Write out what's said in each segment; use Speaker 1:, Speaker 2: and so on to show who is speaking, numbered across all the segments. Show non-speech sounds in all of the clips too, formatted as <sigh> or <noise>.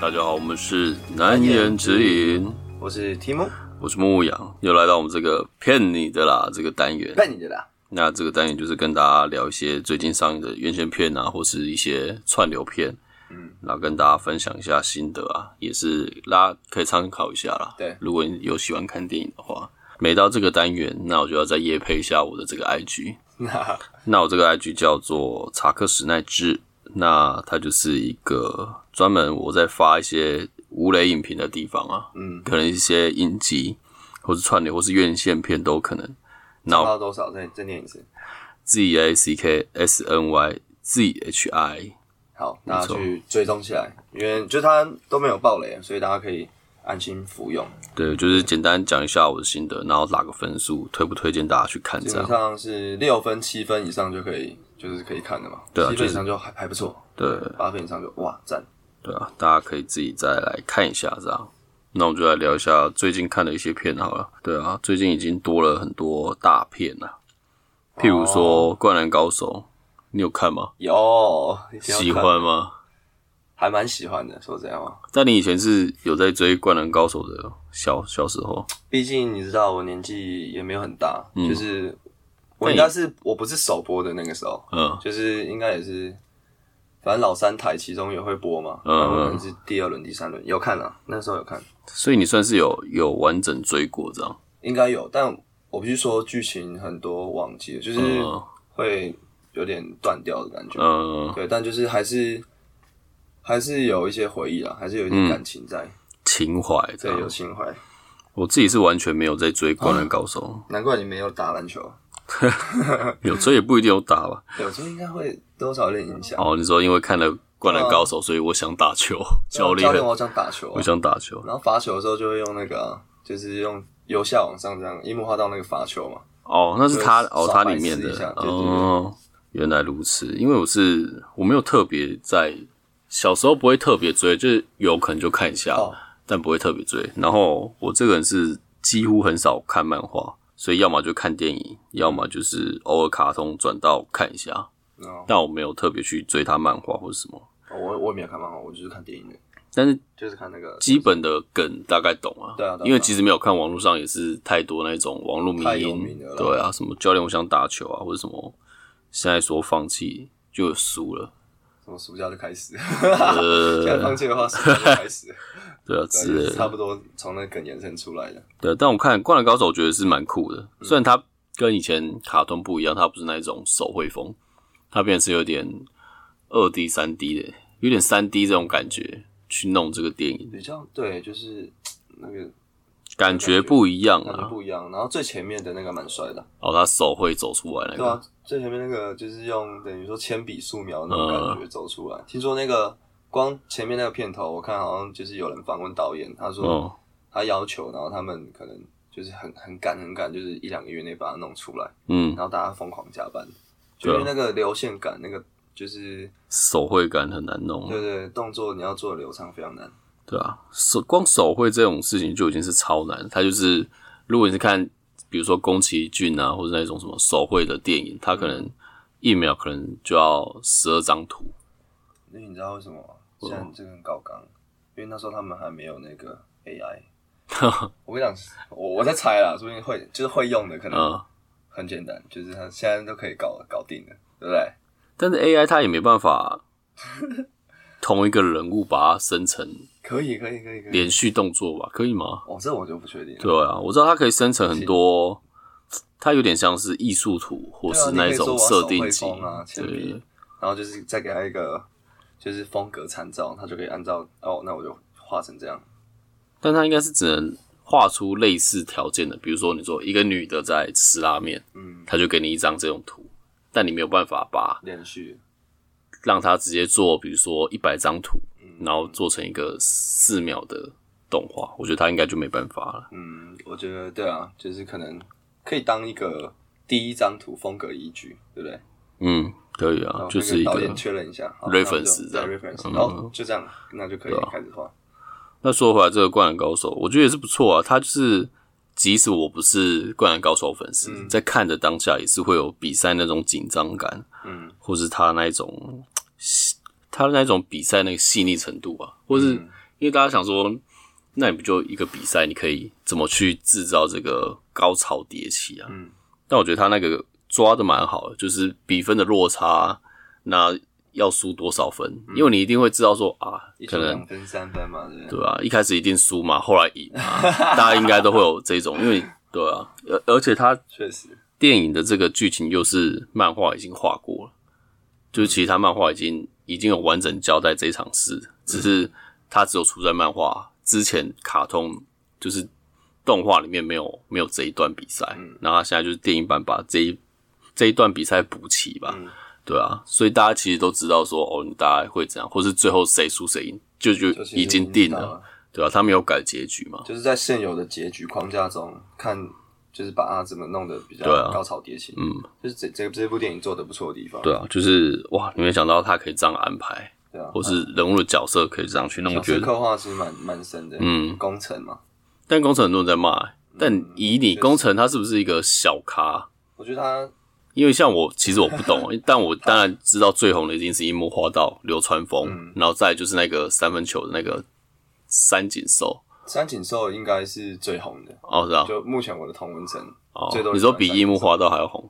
Speaker 1: 大家好，我们是难言之隐，
Speaker 2: 我是 Tim，
Speaker 1: 我是牧羊，又来到我们这个骗你的啦这个单元。
Speaker 2: 笨你的
Speaker 1: <laughs>
Speaker 2: 啦，
Speaker 1: 那这个单元就是跟大家聊一些最近上映的院线片啊，或是一些串流片，嗯，然后跟大家分享一下心得啊，也是大家可以参考一下啦。
Speaker 2: 对
Speaker 1: 如果你有喜欢看电影的话，每到这个单元，那我就要再夜配一下我的这个 IG。那我这个 IG 叫做查克史奈之，那它就是一个专门我在发一些无雷影评的地方啊，
Speaker 2: 嗯，
Speaker 1: 可能一些影集，或是串流，或是院线片都有可能。那
Speaker 2: 不
Speaker 1: 我
Speaker 2: 知道多少，再再念一次。
Speaker 1: Z A C K S N Y Z H I，
Speaker 2: 好，大
Speaker 1: 没
Speaker 2: 家
Speaker 1: 错
Speaker 2: 去追踪起来，因为就它都没有爆雷，啊所以大家可以安心服用。
Speaker 1: 对，就是简单讲一下我的心得，然后打个分数，推不推荐大家去看
Speaker 2: 基
Speaker 1: 这样？
Speaker 2: 本上是六分、七分以上就可以，就是可以看的嘛。
Speaker 1: 对啊
Speaker 2: 七
Speaker 1: 就
Speaker 2: 分
Speaker 1: 是
Speaker 2: 以上就还还不错，
Speaker 1: 对
Speaker 2: 八分以上就哇赞。
Speaker 1: 对啊，大家可以自己再来看一下这样。那我们就来聊一下最近看的一些片好了。对啊，最近已经多了很多大片啊，譬如说
Speaker 2: 哦
Speaker 1: 《灌篮高手》，你有看吗？
Speaker 2: 有
Speaker 1: 喜，欢吗？
Speaker 2: 还蛮喜欢的，说这样话。
Speaker 1: 但你以前是有在追《灌篮高手》的小小时候，
Speaker 2: 毕竟你知道我年纪也没有很大，
Speaker 1: 嗯
Speaker 2: 就是
Speaker 1: 那
Speaker 2: 我应
Speaker 1: 你
Speaker 2: 该是我不是首播的那个时候，
Speaker 1: 嗯，
Speaker 2: 就是应该也是，反正老三台其中也会播嘛，
Speaker 1: 嗯
Speaker 2: 然后可能是第二轮、第三轮有看啊，那时候有看，
Speaker 1: 所以你算是有有完整追过这样。
Speaker 2: 应该有，但我必须说剧情很多忘记了，就是
Speaker 1: 嗯
Speaker 2: 会有点断掉的感觉，
Speaker 1: 嗯，
Speaker 2: 对，但就是还是还是有一些回忆啊，还是有一
Speaker 1: 嗯
Speaker 2: 点感情在，
Speaker 1: 情怀这
Speaker 2: 对，有
Speaker 1: 样。
Speaker 2: 情怀，
Speaker 1: 我自己是完全没有在追《灌篮高手》
Speaker 2: 难怪你没有打篮球，
Speaker 1: 有追也不一定有打吧。
Speaker 2: 对，我觉得应该会多少有点影响。
Speaker 1: 哦，你说因为看了《灌篮高
Speaker 2: 哦
Speaker 1: 手》，所以我想打球，教练
Speaker 2: 教，练，我想打球啊、
Speaker 1: 我想打球。
Speaker 2: 然后罚球的时候就会用那个啊、就是用由下往上这样，樱木花道那个罚球嘛。
Speaker 1: 哦，那是他
Speaker 2: 就是
Speaker 1: 哦，
Speaker 2: 少
Speaker 1: 他
Speaker 2: 白
Speaker 1: 里面
Speaker 2: 痴一下
Speaker 1: 的
Speaker 2: 对对对
Speaker 1: 哦，原来如此。因为我是我没有特别在小时候不会特别追，就是有可能就看一下，
Speaker 2: 哦
Speaker 1: 但不会特别追。然后我这个人是几乎很少看漫画，所以要么就看电影，要么就是偶尔卡通转到看一下。
Speaker 2: 哦
Speaker 1: 但我没有特别去追他漫画或者什么，
Speaker 2: 哦我我也没有看漫画，我就是看电影的，
Speaker 1: 但是
Speaker 2: 就是看那个
Speaker 1: 基本的梗大概懂啊。
Speaker 2: 对啊对啊对啊
Speaker 1: 因为其实没有看网络上也是太多那种网络迷
Speaker 2: 太有
Speaker 1: 因
Speaker 2: 名了，啦
Speaker 1: 对啊，什么教练我想打球啊，或者什么现在说放弃就输了，
Speaker 2: 什么暑假就开始， <laughs>
Speaker 1: 呃，
Speaker 2: 现在放弃的话暑假就
Speaker 1: <laughs>
Speaker 2: 开始，
Speaker 1: 对啊之
Speaker 2: 对，
Speaker 1: 类
Speaker 2: 就是
Speaker 1: 的。
Speaker 2: 差不多从那个梗延伸出来的。
Speaker 1: 对，啊但我看《灌篮高手》，我觉得是蛮酷的。
Speaker 2: 嗯
Speaker 1: 虽然它跟以前卡通不一样，它不是那种手绘风，它变成是有点二 D、三 D 的，有点三 D 这种感觉去弄这个电影，
Speaker 2: 比较对，就是那个
Speaker 1: 啊感觉不一样
Speaker 2: 感觉
Speaker 1: 啊。
Speaker 2: 不一样。然后最前面的那个蛮帅的，
Speaker 1: 哦，他手绘走出来那
Speaker 2: 对
Speaker 1: 个
Speaker 2: 啊，最前面那个就是用等于说铅笔素描那种感觉走出来。听说那个光前面那个片头，我看好像就是有人访问导演，他说
Speaker 1: 哦，
Speaker 2: 他要求，然后他们可能就是很很赶很赶，就是一两个月内把它弄出来，
Speaker 1: 嗯
Speaker 2: 然，后大家疯狂加班，
Speaker 1: 对
Speaker 2: 就
Speaker 1: 啊
Speaker 2: 是那个流线感，那个就是
Speaker 1: 手绘感很难弄啊。
Speaker 2: 对对动作你要做的流畅非常难。
Speaker 1: 对啊，手光手绘这种事情就已经是超难。它就是，如果你是看，比如说宫崎骏啊，或者那种什么手绘的电影，它可能一秒可能就要十二张图。
Speaker 2: 那你知道为什么吗？现在这个很高纲，因为那时候他们还没有那个
Speaker 1: <laughs>
Speaker 2: AI。我跟你讲，我我在猜啦，说不定会就是会用的，可能
Speaker 1: 嗯，
Speaker 2: 很简单，就是他现在都可以搞搞定了，对不对？
Speaker 1: 但是 AI 它也没办
Speaker 2: <laughs>
Speaker 1: 法同一个人物把它生成
Speaker 2: 可以可以可以可以。
Speaker 1: 连续动作吧？可以吗？
Speaker 2: 哦，这我就不确定了。
Speaker 1: 对啊，我知道它可以生成很
Speaker 2: 啊
Speaker 1: 多，它有点像是艺术图或
Speaker 2: 对啊
Speaker 1: 是
Speaker 2: 你可
Speaker 1: 那
Speaker 2: 以
Speaker 1: 一种
Speaker 2: 说我
Speaker 1: 设
Speaker 2: 手
Speaker 1: 定
Speaker 2: 绘
Speaker 1: 集
Speaker 2: 风啊，铅笔
Speaker 1: 对，
Speaker 2: 然后就是再给他一个就是风格参照，他就可以按照哦，那我就画成这样。
Speaker 1: 但它应该是只能画出类似条件的，比如说你说一个女的在吃拉面，
Speaker 2: 嗯，
Speaker 1: 他就给你一张这种图，但你没有办法把
Speaker 2: 连续
Speaker 1: 让他直接做，比如说一百张图，
Speaker 2: 嗯
Speaker 1: 然后做成一个四秒的动画，我觉得他应该就没办法了。
Speaker 2: 嗯，我觉得对啊，就是可能可以当一个第一张图风格依据，对不对？
Speaker 1: 嗯，可以啊
Speaker 2: 然，后
Speaker 1: 就
Speaker 2: 哦那
Speaker 1: 是一
Speaker 2: 导演
Speaker 1: 个。
Speaker 2: 确认一下好
Speaker 1: reference
Speaker 2: 那
Speaker 1: 这
Speaker 2: 我
Speaker 1: 样
Speaker 2: 们就对
Speaker 1: 嗯
Speaker 2: reference，
Speaker 1: 啊
Speaker 2: 然后就这样，那就可以开始画。
Speaker 1: 那说回来，这个《灌篮高手》，我觉得也是不错啊。他就是，即使我不是《灌篮高手》粉丝，
Speaker 2: 嗯
Speaker 1: 在看的当下也是会有比赛那种紧张感，
Speaker 2: 嗯，
Speaker 1: 或是他那一种，他那一种比赛那个细腻程度啊，或是
Speaker 2: 嗯
Speaker 1: 因为大家想说，那你不就一个比赛，你可以怎么去制造这个高潮迭起啊？
Speaker 2: 嗯，
Speaker 1: 但我觉得他那个抓的蛮好的，就是比分的落差，那要输多少分？因为你一定会知道说啊
Speaker 2: 嗯一，
Speaker 1: 可
Speaker 2: 球
Speaker 1: 能
Speaker 2: 两分三分嘛，对不对？
Speaker 1: 对啊，一开始一定输嘛，后来赢啊，大家应该都会有这种，因为对啊，而而且他
Speaker 2: 确实，
Speaker 1: 电影的这个剧情又是漫画已经画过了，就是其实他漫画已经已经有完整交代这一场事，只是他只有出在漫画之前，卡通就是动画里面没有没有这一段比赛，然后他现在就是电影版把这一这一段比赛补齐吧，
Speaker 2: 嗯
Speaker 1: 对啊，所以大家其实都知道说哦，你大概会怎样，或是最后谁输谁赢，就就
Speaker 2: 就其实
Speaker 1: 已经定
Speaker 2: 到
Speaker 1: 了，，对啊，他没有改结局嘛，
Speaker 2: 就是在现有的结局框架中看，就是把它怎么弄得比较
Speaker 1: 对啊
Speaker 2: 高潮迭起。
Speaker 1: 嗯，
Speaker 2: 就是这这这部电影做的不错的地方。
Speaker 1: 对啊，就是哇，你没想到他可以这样安排。
Speaker 2: 对啊，
Speaker 1: 或是人物的角色可以这样去，那我
Speaker 2: 小
Speaker 1: 觉
Speaker 2: 时
Speaker 1: 得，
Speaker 2: 刻画其实蛮蛮深的。
Speaker 1: 嗯，
Speaker 2: 工程嘛，
Speaker 1: 但工程很多人在骂、欸但以你
Speaker 2: 嗯确实
Speaker 1: 工程他是不是一个小咖？
Speaker 2: 我觉得他
Speaker 1: 因为像我，其实我不
Speaker 2: <laughs>
Speaker 1: 懂，但我当然知道最红的一定是樱木花道、流川枫，
Speaker 2: 嗯
Speaker 1: 然后再来就是那个三分球的那个三井寿，
Speaker 2: 三井寿应该是最红的，
Speaker 1: 哦，是吧？
Speaker 2: 就目前我的同文层。
Speaker 1: 哦
Speaker 2: 最多，人
Speaker 1: 你说
Speaker 2: 喜欢
Speaker 1: 比
Speaker 2: 三井
Speaker 1: 樱木花道还要红？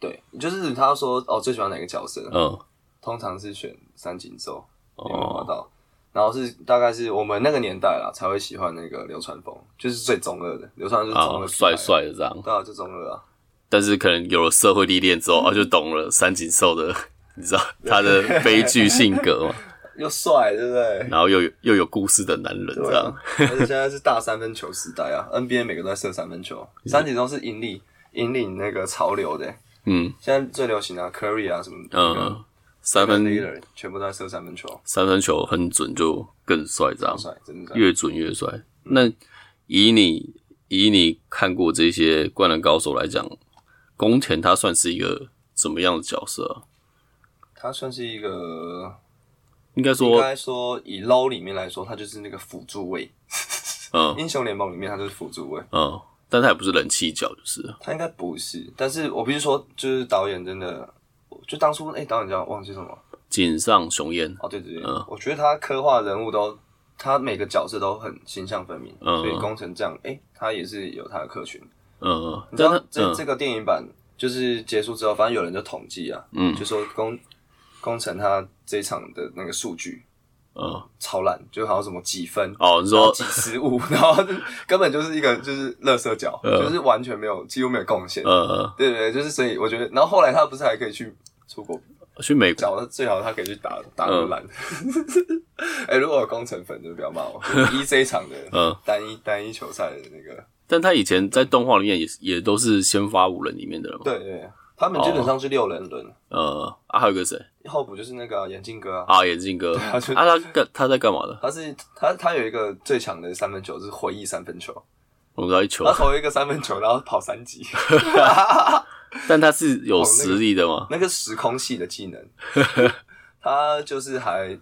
Speaker 2: 对，就是他说哦，最喜欢哪个角色？
Speaker 1: 嗯，
Speaker 2: 通常是选三井寿、樱木花
Speaker 1: 哦，
Speaker 2: 道，然后是大概是我们那个年代啦，才会喜欢那个流川枫，就是最中二的，流川枫就是中
Speaker 1: 啊，
Speaker 2: 二，
Speaker 1: 帅，帅的这样，
Speaker 2: 对啊，就中二啊，
Speaker 1: 但是可能有了社会历练之后，啊，
Speaker 2: 嗯
Speaker 1: 就懂了三井寿的，你知道他的悲剧性格
Speaker 2: <laughs>
Speaker 1: 嘛，
Speaker 2: 又帅，对不对？
Speaker 1: 然后又有又有故事的男人这
Speaker 2: 对啊
Speaker 1: 样，，
Speaker 2: 而且现在是大三分球时代啊，NBA 每个都在射三分球，三井寿是引领引领那个潮流的、
Speaker 1: 嗯。
Speaker 2: 现在最流行啊，Curry 啊什么的，
Speaker 1: 嗯，三
Speaker 2: 分
Speaker 1: 分
Speaker 2: leader 全部都在射三分球，
Speaker 1: 三分球很准就更帅，这样
Speaker 2: 好帅，真的帅。
Speaker 1: 越准越帅。那以你以你看过这些《灌篮高手》来讲，宫田他算是一个怎么样的角色啊、
Speaker 2: 他算是一个，
Speaker 1: 应该
Speaker 2: 应
Speaker 1: 说，
Speaker 2: 该说以 low 里面来说，他就是那个辅助位，
Speaker 1: 嗯
Speaker 2: 英雄联盟里面他就是辅助位。
Speaker 1: 嗯，但他也不是人气角，就是了
Speaker 2: 他应该不是，但是我必须说，就是导演真的，就当初哎、诶导演叫忘记什么
Speaker 1: 井上雄彦。
Speaker 2: 哦，对对对，
Speaker 1: 嗯
Speaker 2: 我觉得他刻画人物都，他每个角色都很形象分明，
Speaker 1: 嗯
Speaker 2: 所以工程这样，哎、他也是有他的客群。
Speaker 1: 嗯，
Speaker 2: 你知
Speaker 1: 但
Speaker 2: 道
Speaker 1: 他
Speaker 2: 这、
Speaker 1: 嗯
Speaker 2: 这个电影版就是结束之后，反正有人就统计啊，
Speaker 1: 嗯
Speaker 2: 就说工工程他这一场的那个数据
Speaker 1: 嗯
Speaker 2: 超烂，就好像什么几分。
Speaker 1: 哦，你
Speaker 2: 然后
Speaker 1: 说
Speaker 2: 几失误， <laughs> 然后就根本就是一个就是垃圾角，
Speaker 1: 嗯
Speaker 2: 就是完全没有几乎没有贡献。
Speaker 1: 呃
Speaker 2: 对对，对就是所以我觉得，然后后来他不是还可以去出国
Speaker 1: 去美国
Speaker 2: 找他，最好他可以去打
Speaker 1: 嗯
Speaker 2: 打荷兰。哎、如果有工程粉就不要骂
Speaker 1: <laughs>
Speaker 2: 我，一这一场
Speaker 1: 嗯
Speaker 2: 的单一单一球赛的那个，
Speaker 1: 但他以前在动画里面也是也都是先发五人里面的人嘛。
Speaker 2: 对对，他们基
Speaker 1: 哦
Speaker 2: 本上是六人轮，
Speaker 1: 呃，啊，还有一个谁
Speaker 2: 后补就是那个眼镜哥啊，
Speaker 1: 啊？眼镜哥啊，
Speaker 2: 他就
Speaker 1: 他干他在干嘛的？
Speaker 2: 他是他他有一个最强的三分球是回忆三分球，
Speaker 1: 我们知道一球
Speaker 2: 他。投一个三分球然后跑三级，
Speaker 1: 但他是有实力的吗？
Speaker 2: 哦那个时空系的技
Speaker 1: <laughs>
Speaker 2: 能，他就是还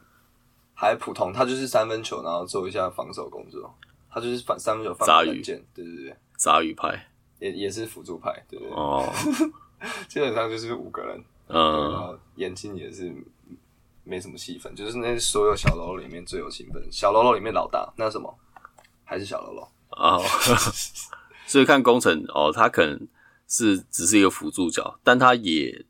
Speaker 2: 还普通，他就是三分球，然后做一下防守工作，他就是反三分球
Speaker 1: 杂
Speaker 2: 放
Speaker 1: 鱼
Speaker 2: 冷箭，对对对，
Speaker 1: 杂鱼派
Speaker 2: 也也是辅助派，对对对，
Speaker 1: 哦，
Speaker 2: 基本上就是五个人，然
Speaker 1: 嗯
Speaker 2: 后眼睛也是没什么戏份，就是那所有小喽啰里面最有戏份，小喽啰里面老大，那什么还是小喽啰，
Speaker 1: 啊， <laughs> 所以看工程哦，他可能是只是一个辅助角，但他也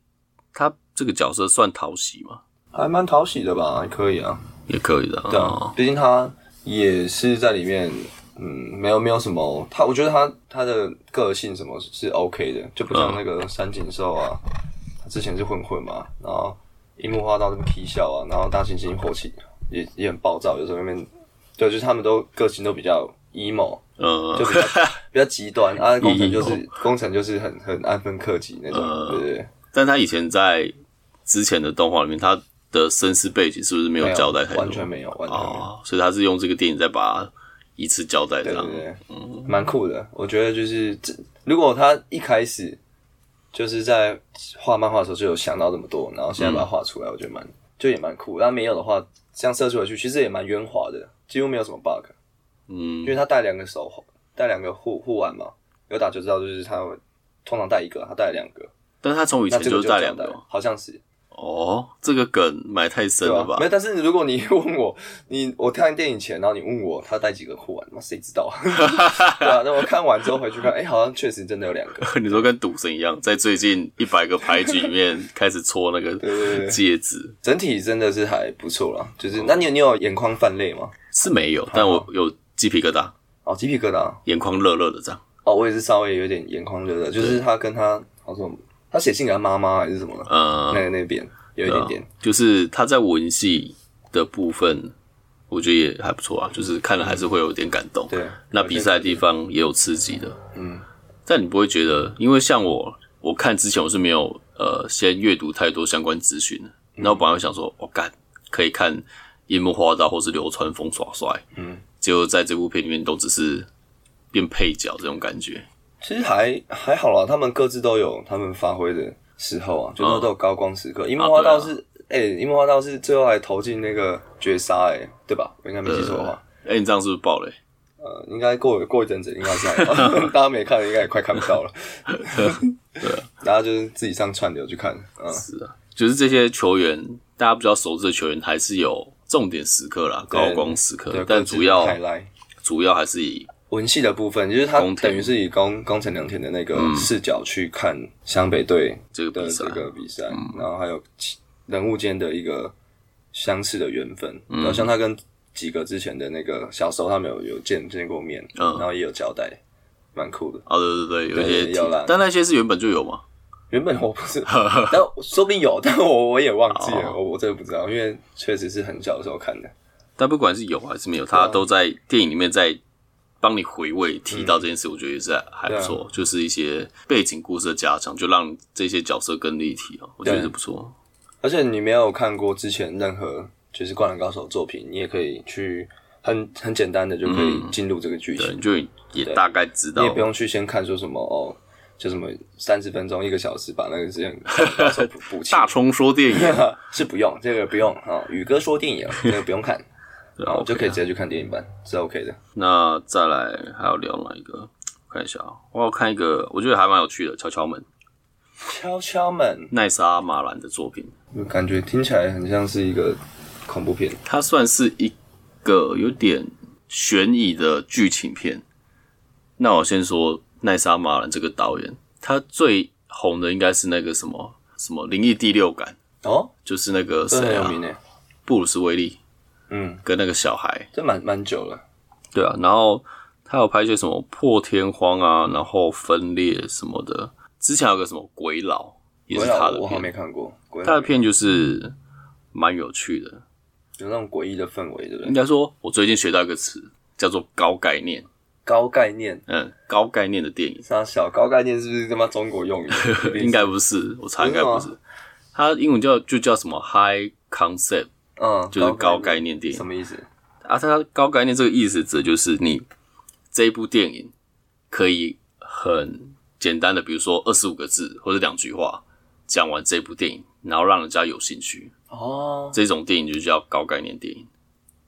Speaker 1: 他这个角色算讨喜嘛，
Speaker 2: 还蛮讨喜的吧，还可以啊，
Speaker 1: 也可以的啊
Speaker 2: 对啊，毕竟他也是在里面，嗯，没有没有什么，他我觉得他他的个性什么是 OK 的，就不
Speaker 1: 嗯
Speaker 2: 像那个三井寿啊，他之前是混混嘛，然后樱木花道那么皮笑啊，然后大猩猩火起也也很暴躁，有时候那边对，就是他们都个性都比较 emo，
Speaker 1: 嗯 <laughs>
Speaker 2: 就比较比较极端啊，工程就是工程就是很很安分克己那种，
Speaker 1: 呃
Speaker 2: 对对对，
Speaker 1: 但他以前在之前的动画里面，他的身世背景是不是没有
Speaker 2: 没
Speaker 1: 交代太
Speaker 2: 完全
Speaker 1: 多？
Speaker 2: 没有，完全没有。
Speaker 1: 哦，所以他是用这个电影再把它一次交代这
Speaker 2: 对
Speaker 1: 样嗯
Speaker 2: 对，对，蛮酷的。我觉得就是，这如果他一开始就是在画漫画的时候就有想到这么多，然后现在把它画出来，我觉得蛮就也蛮酷。但没有的话，这样射出回去其实也蛮圆滑的，几乎没有什么 bug，
Speaker 1: 嗯
Speaker 2: 因为他带两个手环，带两个护护腕嘛。有打就知道，就是他会通常带一个，他带两个，
Speaker 1: 但是他从以
Speaker 2: 那
Speaker 1: 前
Speaker 2: 这
Speaker 1: 就
Speaker 2: 个
Speaker 1: 是
Speaker 2: 就
Speaker 1: 带
Speaker 2: 这
Speaker 1: 两
Speaker 2: 样
Speaker 1: 个
Speaker 2: 带，好像是。
Speaker 1: 哦，这个梗埋太深
Speaker 2: 对啊
Speaker 1: 了
Speaker 2: 吧
Speaker 1: 吧？？
Speaker 2: 没有，但是如果你 <laughs> 问我，你我看电影前，然后你问我他带几个护腕，那谁知道 <laughs> 啊？对啊，那我看完之后回去看，哎、好像确实真的有两个。
Speaker 1: 你说跟赌神一样，在最近一百个牌局里
Speaker 2: <laughs>
Speaker 1: 面开始搓那
Speaker 2: 对
Speaker 1: 个
Speaker 2: 对
Speaker 1: 戒指
Speaker 2: 整体真的是还不错啦，就是那你有你有眼眶泛泪吗？
Speaker 1: 是没有，但我有鸡皮疙瘩，
Speaker 2: 哦，鸡皮疙瘩。
Speaker 1: 眼眶热热的这样。
Speaker 2: 哦，我也是稍微有点眼眶热热，就是他跟他好像他写信给他妈妈还是什么的，
Speaker 1: 呃，
Speaker 2: 那那边有一点点，
Speaker 1: 就是他在文戏的部分，我觉得也还不错啊，就是看了还是会有点感动。
Speaker 2: 对。啊
Speaker 1: 那比赛的地方也有刺激的，
Speaker 2: 嗯，
Speaker 1: 但你不会觉得，因为像我，我看之前我是没有呃先阅读太多相关资讯的，
Speaker 2: 嗯
Speaker 1: 那我本来会想说，我、哦干可以看樱木花道或是流川枫耍帅，
Speaker 2: 嗯，
Speaker 1: 结果在这部片里面都只是变配角这种感觉，
Speaker 2: 其实还还好啦，他们各自都有他们发挥的时
Speaker 1: 嗯
Speaker 2: 候啊，就是都有高光时刻。樱木花道
Speaker 1: 啊
Speaker 2: 是，哎、樱木花道是最后还投进那个绝杀，哎，对吧？我应该没记错的话，
Speaker 1: 哎、你这样是不是爆雷？
Speaker 2: 呃，应该过过一阵子应该是还
Speaker 1: <laughs>
Speaker 2: 好，大家没看的应该也快看不到了。大家就是自己上串流去看，嗯，
Speaker 1: 啊是啊，就是这些球员，大家比较熟知的球员还是有重点时刻啦，
Speaker 2: 对
Speaker 1: 高光时刻
Speaker 2: 对，，
Speaker 1: 啊但主要
Speaker 2: 海来
Speaker 1: 主要还是以
Speaker 2: 文戏的部分，就是他
Speaker 1: 宫田嗯
Speaker 2: 等于是以宫宫城良田的那个视角去看湘北队
Speaker 1: 这个比
Speaker 2: 的
Speaker 1: 赛嗯
Speaker 2: 这。个比赛，然后还有其人物间的一个相似的缘分，
Speaker 1: 嗯
Speaker 2: 然后像他跟几个之前的那个小时候他们有有见见过面，
Speaker 1: 嗯
Speaker 2: 然后也有交代，蛮酷的。
Speaker 1: 啊，对对对，有一些
Speaker 2: 对
Speaker 1: 提
Speaker 2: 有啦，
Speaker 1: 但那些是原本就有嘛，
Speaker 2: 原本我不
Speaker 1: <laughs>
Speaker 2: 是，但说不定有，但我我也忘记了，
Speaker 1: 哦
Speaker 2: 我我真的不知道，因为确实是很小的时候看的。
Speaker 1: 但不管是有还是没有，
Speaker 2: 啊
Speaker 1: 他都在电影里面在帮你回味提
Speaker 2: 嗯
Speaker 1: 到这件事，我觉得也是还
Speaker 2: 啊
Speaker 1: 不错，就是一些背景故事的加强，就让这些角色更立体哦，我觉得
Speaker 2: 对
Speaker 1: 是不错。
Speaker 2: 而且你没有看过之前任何就是《灌篮高手》的作品，你也可以去很很简单的就可以进入这个剧情，
Speaker 1: 嗯对，你就也大概知道
Speaker 2: 你也不用去先看说什么哦，就什么三十分钟一个小时把那个之
Speaker 1: <laughs>
Speaker 2: 前《灌篮高手》补补齐，
Speaker 1: 大冲说电影
Speaker 2: <laughs> 是不用这个不用啊。宇哥说电
Speaker 1: <laughs>
Speaker 2: 影这个不用看，
Speaker 1: 对
Speaker 2: 然后
Speaker 1: o
Speaker 2: 就可以直接去看电影版，是 OK 的。
Speaker 1: 那再来还要聊哪一个？我看一下啊，我要看一个，我觉得还蛮有趣的，《敲敲门》
Speaker 2: 敲敲门，
Speaker 1: 奈莎马兰的作品，
Speaker 2: 我感觉听起来很像是一个恐怖片，
Speaker 1: 它算是一个有点悬疑的剧情片。那我先说奈莎马兰这个导演，他最红的应该是那个什么什么《灵异第六感》，
Speaker 2: 哦，
Speaker 1: 就是那个
Speaker 2: 这很
Speaker 1: 谁
Speaker 2: 有
Speaker 1: 啊，
Speaker 2: 名诶。
Speaker 1: 布鲁斯威利
Speaker 2: 嗯，
Speaker 1: 跟那个小孩，
Speaker 2: 这蛮蛮久了，
Speaker 1: 对啊，然后他有拍一些什么破天荒啊，然后分裂什么的。之前还有个什么鬼佬，也是
Speaker 2: 鬼佬
Speaker 1: 他的
Speaker 2: 我好
Speaker 1: 片，
Speaker 2: 像没看过，鬼
Speaker 1: 他
Speaker 2: 佬
Speaker 1: 的片就是蛮有趣的。
Speaker 2: 有那种诡异的氛围，对不对
Speaker 1: 应？该说，我最近学到一个词叫做高概念，
Speaker 2: 高概念，
Speaker 1: 嗯，高概念的电影
Speaker 2: 啥小高概念是不是他妈中国用语？
Speaker 1: <laughs> 应该不是，我查应该不
Speaker 2: 不
Speaker 1: 是，它英文叫就叫什么 high concept，
Speaker 2: 嗯，
Speaker 1: 就是高
Speaker 2: 概
Speaker 1: 概念电影
Speaker 2: 什么意思？
Speaker 1: 啊，它高概念这个意思指的就是你这一部电影可以很简单的，比如说二十五个字或者两句话讲完这部电影，然后让人家有兴趣。
Speaker 2: 哦，
Speaker 1: 这种电影就叫高概念电影，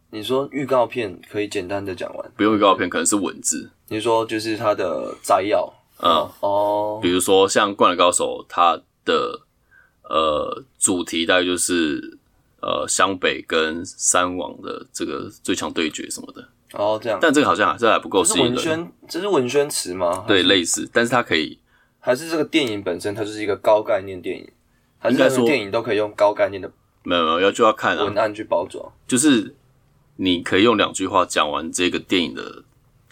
Speaker 2: 你说预告片可以简单的讲完，
Speaker 1: 不用预告片，可能是文字。
Speaker 2: 你说就是它的摘要，
Speaker 1: 嗯，
Speaker 2: 哦，
Speaker 1: 比如说像《灌篮高手》，它的呃主题大概就是呃湘北跟三王的这个最强对决什么的。
Speaker 2: 哦这样，
Speaker 1: 但这个好像这还不够吸
Speaker 2: 这是
Speaker 1: 引
Speaker 2: 文
Speaker 1: 人，
Speaker 2: 宣，这是文宣词吗？
Speaker 1: 对，类似，但是它可以
Speaker 2: 还是这个电影本身它就是一个高概念电影，还是
Speaker 1: 应该
Speaker 2: 任
Speaker 1: 说
Speaker 2: 何电影都可以用高概念的
Speaker 1: 没有没有要就要看啊
Speaker 2: 文，案去包装？
Speaker 1: 就是你可以用两句话讲完这个电影的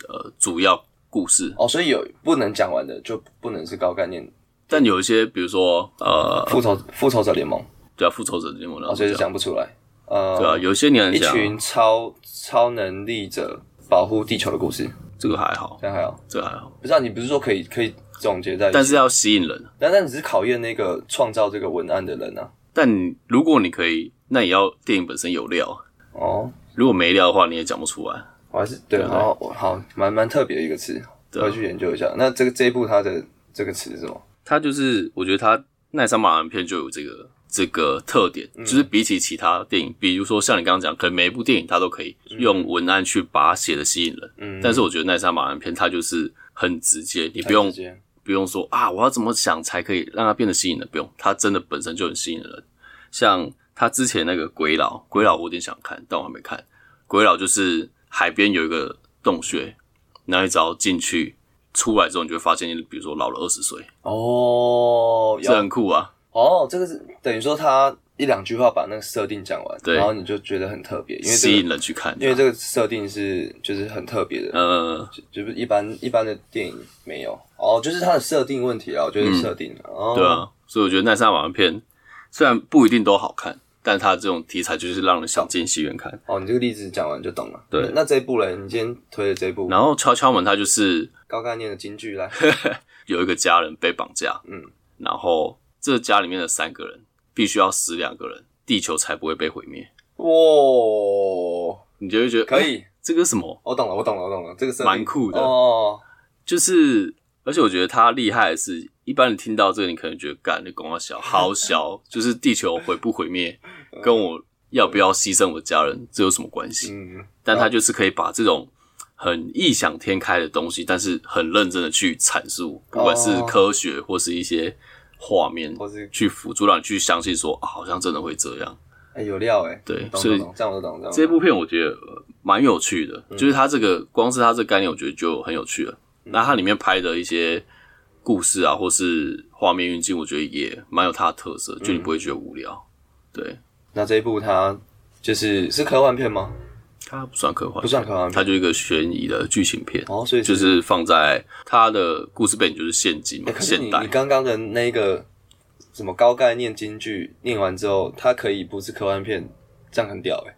Speaker 1: 呃主要故事，
Speaker 2: 哦，所以有不能讲完的就不能是高概念。
Speaker 1: 但有一些比如说呃，
Speaker 2: 复仇复仇者联盟，
Speaker 1: 对啊，复仇者联盟那
Speaker 2: 哦，所以
Speaker 1: 种
Speaker 2: 就
Speaker 1: 讲，
Speaker 2: 讲不出来。呃，
Speaker 1: 啊对啊，有一些你很
Speaker 2: 一
Speaker 1: 讲
Speaker 2: 群超超能力者保护地球的故事，
Speaker 1: 这个还好，
Speaker 2: 这样还好。
Speaker 1: 这个还好，
Speaker 2: 不是啊，你不是说可以可以总结在一起？
Speaker 1: 但是要吸引人。
Speaker 2: 但但只是考验那个创造这个文案的人啊。
Speaker 1: 但你如果你可以，那也要电影本身有料啊。
Speaker 2: 哦，
Speaker 1: 如果没料的话，你也讲不出来。
Speaker 2: 我还是对，
Speaker 1: 对啊
Speaker 2: 然后我好蛮蛮特别的一个词，
Speaker 1: 对啊
Speaker 2: 回去研究一下。那这个这一部它的这个词是什么？
Speaker 1: 他就是，我觉得他奈山马兰片就有这个这个特点，就是比起其他电影，比如说像你刚刚讲，可能每一部电影它都可以用文案去把它写的吸引人，
Speaker 2: 嗯
Speaker 1: 但是我觉得奈山马兰片它就是很直接，你不用
Speaker 2: 直接
Speaker 1: 啊不用说啊，我要怎么想才可以让它变得吸引人，不用，它真的本身就很吸引人。像他之前那个鬼佬，鬼佬我有点想看，但我还没看。鬼佬就是海边有一个洞穴，然后你只要进去，出来之后你就会发现，比如说老了二十岁，
Speaker 2: 哦，
Speaker 1: 这
Speaker 2: 要
Speaker 1: 很酷啊。
Speaker 2: 哦，这个是等于说他一两句话把那个设定讲完，
Speaker 1: 对
Speaker 2: 然后你就觉得很特别，因为
Speaker 1: 吸
Speaker 2: 这
Speaker 1: 引
Speaker 2: 个
Speaker 1: 人啊去看，
Speaker 2: 因为这个设定是就是很特别的，
Speaker 1: 呃，
Speaker 2: 就就是一般一般的电影没有。哦，就是它的设定问题啊，我觉得是设定、哦，
Speaker 1: 嗯对，啊，所以我觉得奈莎马片虽然不一定都好看，但它这种题材就是让人想进戏院看。
Speaker 2: 哦，你这个例子讲完就懂了。
Speaker 1: 对
Speaker 2: 那那这一部嘞，你今天推的这一部
Speaker 1: 然后敲敲门，它就是
Speaker 2: 高概念的京
Speaker 1: <laughs>
Speaker 2: 剧来，
Speaker 1: 有一个家人被绑架，
Speaker 2: 嗯，
Speaker 1: 然后这家里面的三个人必须要死两个人，地球才不会被毁灭。
Speaker 2: 哇，
Speaker 1: 你就会觉得
Speaker 2: 可
Speaker 1: 哎
Speaker 2: 以，
Speaker 1: 这个什么
Speaker 2: 我懂了，我懂了，我懂了，这个设定
Speaker 1: 蛮酷的
Speaker 2: 哦，
Speaker 1: 就是，而且我觉得他厉害的是，一般你听到这个，你可能觉得干你公啊小好小，
Speaker 2: <laughs>
Speaker 1: 就是地球毁不毁灭，跟我要不要牺牲我的家人这有什么关系？
Speaker 2: 嗯，
Speaker 1: 但他就是可以把这种很异想天开的东西，但是很认真的去阐述，不管是
Speaker 2: 哦
Speaker 1: 科学或是一些画面，
Speaker 2: 或是
Speaker 1: 去辅助让你去相信说啊，好像真的会这样。
Speaker 2: 哎、有料哎、
Speaker 1: 对
Speaker 2: 懂
Speaker 1: 所以
Speaker 2: 懂嗯懂，这样我就懂，这样我懂
Speaker 1: 这部片我觉得呃蛮、有趣的，就是它这个光是它这个概念，我觉得就很有趣了。
Speaker 2: 嗯
Speaker 1: 那它里面拍的一些故事啊，或是画面运镜，我觉得也蛮有它的特色，
Speaker 2: 嗯
Speaker 1: 就你不会觉得无聊。对，
Speaker 2: 那这一部它就是是科幻片吗？
Speaker 1: 它不算科幻，
Speaker 2: 不算科幻片
Speaker 1: 它就一个悬疑的剧情片。
Speaker 2: 哦，所以
Speaker 1: 就是是放在它的故事背景就是现今嘛，
Speaker 2: 欸可是你
Speaker 1: 现代
Speaker 2: 你。刚刚的那个什么高概念京剧念完之后，它可以不是科幻片，这样很屌哎、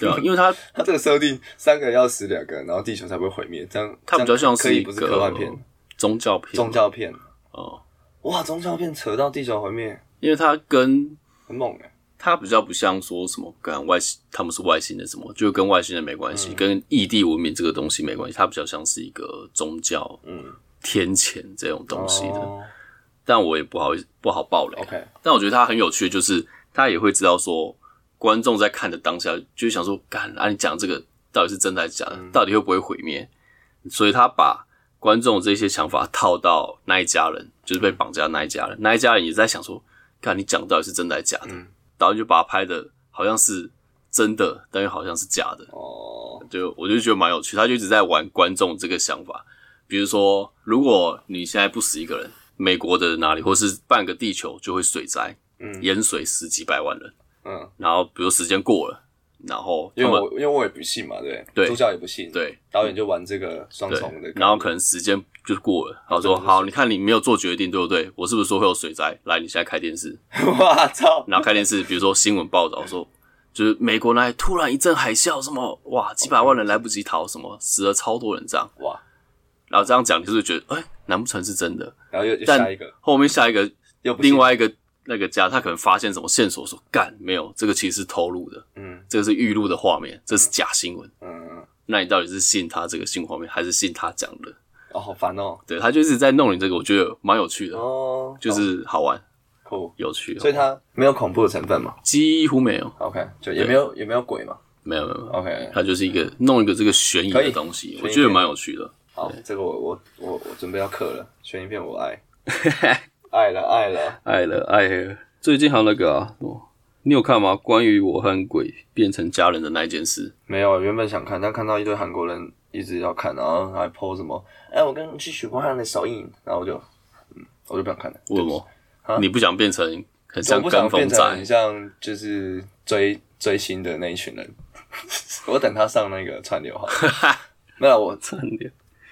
Speaker 1: 对啊，因为它
Speaker 2: 它这个设定三个要死两个，然后地球才不会毁灭，这样
Speaker 1: 它比较像
Speaker 2: 这样可
Speaker 1: 一
Speaker 2: 以不
Speaker 1: 个
Speaker 2: 是科幻片，
Speaker 1: 宗教片，
Speaker 2: 宗教片。
Speaker 1: 哦，
Speaker 2: 哇，宗教片扯到地球毁灭，
Speaker 1: 因为它跟
Speaker 2: 很猛哎、
Speaker 1: 它比较不像说什么跟外星，他们是外星人什么，就跟外星人没关系，跟异地文明这个东西没关系，它比较像是一个宗教、
Speaker 2: 嗯，
Speaker 1: 天谴这种东西的。
Speaker 2: 哦
Speaker 1: 但我也不好意思不好爆雷啊
Speaker 2: OK，
Speaker 1: 但我觉得他很有趣，就是他也会知道说，观众在看的当下就想说，干啊，你讲这个到底是真的还是假的？到底会不会毁灭？所以他把观众这些想法套到那一家人，就是被绑架的那一家人，那一家人也在想说，看你讲的到底是真的还是假的？
Speaker 2: 嗯
Speaker 1: 导演就把它拍的好像是真的，但又好像是假的。
Speaker 2: 哦，
Speaker 1: 就我就觉得蛮有趣，他就一直在玩观众这个想法。比如说，如果你现在不死一个人，美国的哪里或是半个地球就会水灾，
Speaker 2: 嗯
Speaker 1: 淹水死几百万人。
Speaker 2: 嗯，
Speaker 1: 然后比如时间过了，然后
Speaker 2: 因
Speaker 1: 他
Speaker 2: 为
Speaker 1: 们
Speaker 2: 我因为我也不信嘛，对不
Speaker 1: 对
Speaker 2: 主角也不信，，
Speaker 1: 对
Speaker 2: 导演就玩这个双
Speaker 1: 对
Speaker 2: 重的概念，，
Speaker 1: 然后可能时间就过了，然后说
Speaker 2: 对
Speaker 1: 好，你看你没有做决定，对不对？我是不是说会有水灾？来，你现在开电视，
Speaker 2: <laughs> 哇操，
Speaker 1: 然后开电视，比如说新闻报道说，就是美国那里突然一阵海啸，什么哇，几百万人来不及逃，什么死了超多人这样。
Speaker 2: 哇，
Speaker 1: 然后这样讲，你是不是觉得，哎、难不成是真的？
Speaker 2: 然后又又
Speaker 1: 但
Speaker 2: 下一个，
Speaker 1: 后面下一个
Speaker 2: 又不信
Speaker 1: 另外一个那个家，他可能发现什么线索，说干没有，这个其实是偷录的，
Speaker 2: 嗯
Speaker 1: 这个是预录的画面，这是假新闻。
Speaker 2: 嗯，
Speaker 1: 那你到底是信他这个新闻画面，还是信他讲的？
Speaker 2: 哦，好烦哦，
Speaker 1: 对他就一直在弄你这个，我觉得蛮有趣的，
Speaker 2: 哦，
Speaker 1: 就是好玩、
Speaker 2: 酷，
Speaker 1: 有趣。哦
Speaker 2: 所以它没有恐怖的成分嘛
Speaker 1: 几乎没有，
Speaker 2: ，OK，就也没有也没有鬼嘛
Speaker 1: 没有没有，没有
Speaker 2: ，OK，
Speaker 1: 它就是一个弄一个这个悬疑
Speaker 2: 可
Speaker 1: 的
Speaker 2: 以
Speaker 1: 东西，
Speaker 2: 悬
Speaker 1: 我
Speaker 2: 疑
Speaker 1: 觉得
Speaker 2: 片
Speaker 1: 蛮有趣的。
Speaker 2: 好，这个我我我我准备要刻了，悬疑片我
Speaker 1: <laughs>
Speaker 2: 爱，爱了爱了，
Speaker 1: 爱了爱了，最近还有那个啊，哦你有看吗？关于我和鬼变成家人的那一件事，
Speaker 2: 没有，原本想看，但看到一堆韩国人一直要看，然后还 po 什么，哎，我跟去许光汉的首映，然后我就，嗯，我就不想看了，
Speaker 1: 为什么
Speaker 2: 啊？
Speaker 1: 你不想变成很
Speaker 2: 我
Speaker 1: 像
Speaker 2: 不
Speaker 1: 跟
Speaker 2: 想变
Speaker 1: 风仔
Speaker 2: 成？很像就是追追星的那一群人，我等他上那个串流好了，
Speaker 1: <laughs>
Speaker 2: 没有我
Speaker 1: 真的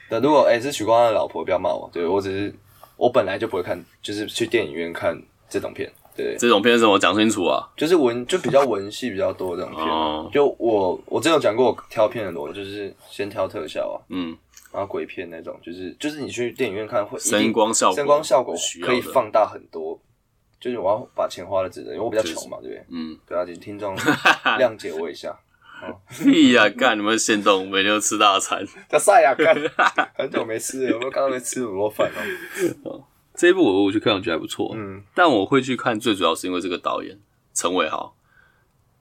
Speaker 2: 那如果哎、是许光汉的老婆，不要骂我。对我只是我本来就不会看，就是去电影院看这种片。对，
Speaker 1: 这种片是什么？讲清楚啊！
Speaker 2: 就是文就比较文戏比较多这种片。
Speaker 1: 哦
Speaker 2: 就我我之前有讲过，我挑片的逻辑就是先挑特效啊，
Speaker 1: 嗯，
Speaker 2: 然后鬼片那种，就是就是你去电影院看会一定
Speaker 1: 声光效果，
Speaker 2: 声光效果
Speaker 1: 需要
Speaker 2: 可
Speaker 1: 的
Speaker 2: 以。放大很多。就是我要把钱花的值得，因为我比较
Speaker 1: 是
Speaker 2: 穷嘛，对不对？
Speaker 1: 嗯，
Speaker 2: 对啊，请听众 <laughs> 谅解我一下。
Speaker 1: 屁哎呀、干你们现动，每天都吃大
Speaker 2: <laughs>
Speaker 1: 餐。
Speaker 2: 叫赛亚干，很久没吃了，有没有刚刚没吃卤肉饭哦？
Speaker 1: 这一部我我去看，我觉得还不错。
Speaker 2: 嗯，
Speaker 1: 但我会去看，最主要是因为这个导演陈伟豪，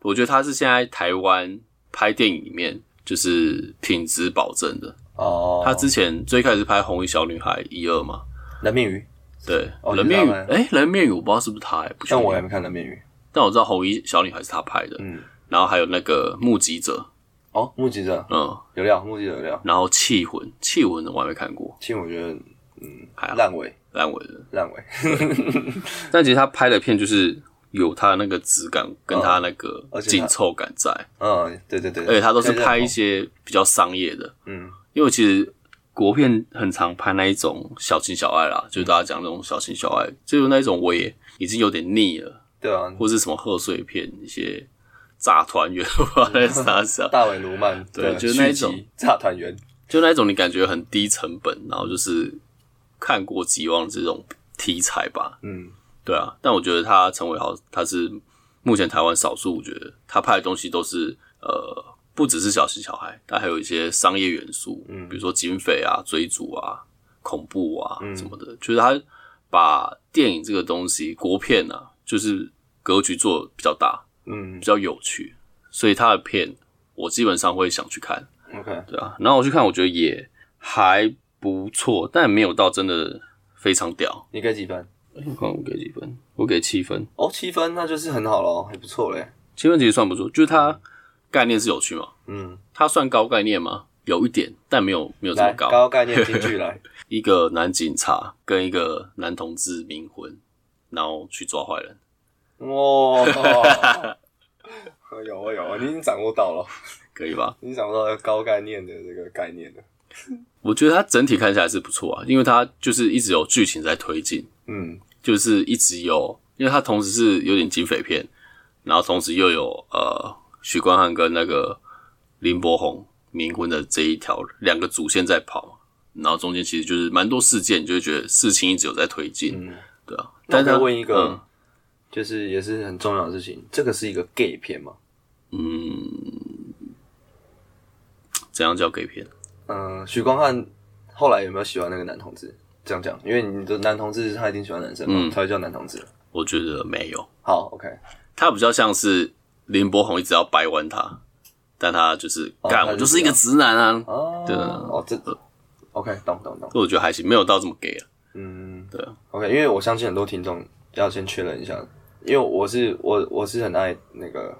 Speaker 1: 我觉得他是现在台湾拍电影里面就是品质保证的。
Speaker 2: 哦，
Speaker 1: 他之前最开始拍《红衣小女孩》一二嘛，
Speaker 2: 人面鱼，
Speaker 1: 对，
Speaker 2: 哦
Speaker 1: 人面
Speaker 2: 你
Speaker 1: 鱼
Speaker 2: 知道，吗
Speaker 1: 哎、人面鱼我不知道是不是他、哎，不确
Speaker 2: 但
Speaker 1: 定
Speaker 2: 我还没看人面鱼。
Speaker 1: 但我知道红衣小女孩是他拍的，
Speaker 2: 嗯，
Speaker 1: 然后还有那个目击者，
Speaker 2: 哦，目击者
Speaker 1: 嗯，
Speaker 2: 有料，目击者有料。
Speaker 1: 然后气魂，气魂我还没看过，
Speaker 2: 其实我觉得，
Speaker 1: 还
Speaker 2: 嗯，
Speaker 1: 好
Speaker 2: 烂尾，
Speaker 1: 烂尾的。
Speaker 2: 烂尾。
Speaker 1: 但其实他拍的片就是有他那个质感跟他那个
Speaker 2: 哦而且他
Speaker 1: 紧凑感在，
Speaker 2: 嗯，对对对，
Speaker 1: 而且他都是
Speaker 2: 现在
Speaker 1: 拍一些比较商业的，
Speaker 2: 嗯，
Speaker 1: 因为其实国片很常拍那一种小情小爱啦，就是大家讲那种小情小爱，就是那一种我也已经有点腻了，
Speaker 2: 对啊，
Speaker 1: 或是什么贺岁片一些炸团圆， <laughs> 我不知道在啥啥，
Speaker 2: 大尾卢曼
Speaker 1: 对
Speaker 2: 的
Speaker 1: 就是那一
Speaker 2: 续集
Speaker 1: 种
Speaker 2: 炸团圆，
Speaker 1: 就那一种你感觉很低成本，然后就是看过即忘这种题材吧，
Speaker 2: 嗯，
Speaker 1: 对啊，但我觉得他陈伟豪他是目前台湾少数，我觉得他拍的东西都是呃，不只是小情小孩，他还有一些商业元素，嗯，比如说警匪啊、追逐啊、恐怖啊什么的，就是他把电影这个东西国片啊，就是格局做得比较大，
Speaker 2: 嗯
Speaker 1: 比较有趣，所以他的片我基本上会想去看，
Speaker 2: ，OK，
Speaker 1: 对啊，然后我去看，我觉得也还不错，但没有到真的非常屌。
Speaker 2: 你给几分？
Speaker 1: 我看我给几分？我给七分。
Speaker 2: 哦，七分，那就是很好咯，还不错嘞。
Speaker 1: 七分其实算不错，就是它概念是有趣嘛，
Speaker 2: 嗯，
Speaker 1: 它算高概念吗？有一点，但没有没有这么
Speaker 2: 来
Speaker 1: 高。
Speaker 2: 高概念进
Speaker 1: <laughs>
Speaker 2: 去来，
Speaker 1: 一个男警察跟一个男同志冥婚，然后去抓坏人，
Speaker 2: 哇，有啊有啊，你已经掌握到了，
Speaker 1: 可以吧？
Speaker 2: 你已经掌握到高概念的这个概念了。
Speaker 1: 我觉得它整体看起来是不错啊，因为它就是一直有剧情在推进，
Speaker 2: 嗯
Speaker 1: 就是一直有，因为它同时是有点警匪片，然后同时又有呃许光汉跟那个林柏宏冥婚的这一条两个主线在跑嘛，然后中间其实就是蛮多事件，你就会觉得事情一直有在推进，
Speaker 2: 嗯，
Speaker 1: 对啊。
Speaker 2: 那
Speaker 1: 但
Speaker 2: 我
Speaker 1: 是
Speaker 2: 再
Speaker 1: 他
Speaker 2: 问一个，就是也是很重要的事情，这个是一个 gay 片吗？
Speaker 1: 嗯怎样叫 gay 片？
Speaker 2: 嗯，许光汉后来有没有喜欢那个男同志？这样讲，因为你的男同志他一定喜欢男生嘛，
Speaker 1: 嗯
Speaker 2: 才会叫男同志。
Speaker 1: 我觉得没有，
Speaker 2: 好，OK，
Speaker 1: 他比较像是林柏宏一直要掰弯他，但他就是
Speaker 2: 哦
Speaker 1: 干、我
Speaker 2: 他就
Speaker 1: 就是一个直男啊，
Speaker 2: 哦，
Speaker 1: 对
Speaker 2: 哦，这 OK，懂懂懂，
Speaker 1: 所以我觉得还行，没有到这么 gay 啊。
Speaker 2: 嗯，
Speaker 1: 对啊
Speaker 2: ，OK，因为我相信很多听众要先确认一下，因为我是我我是很爱那个，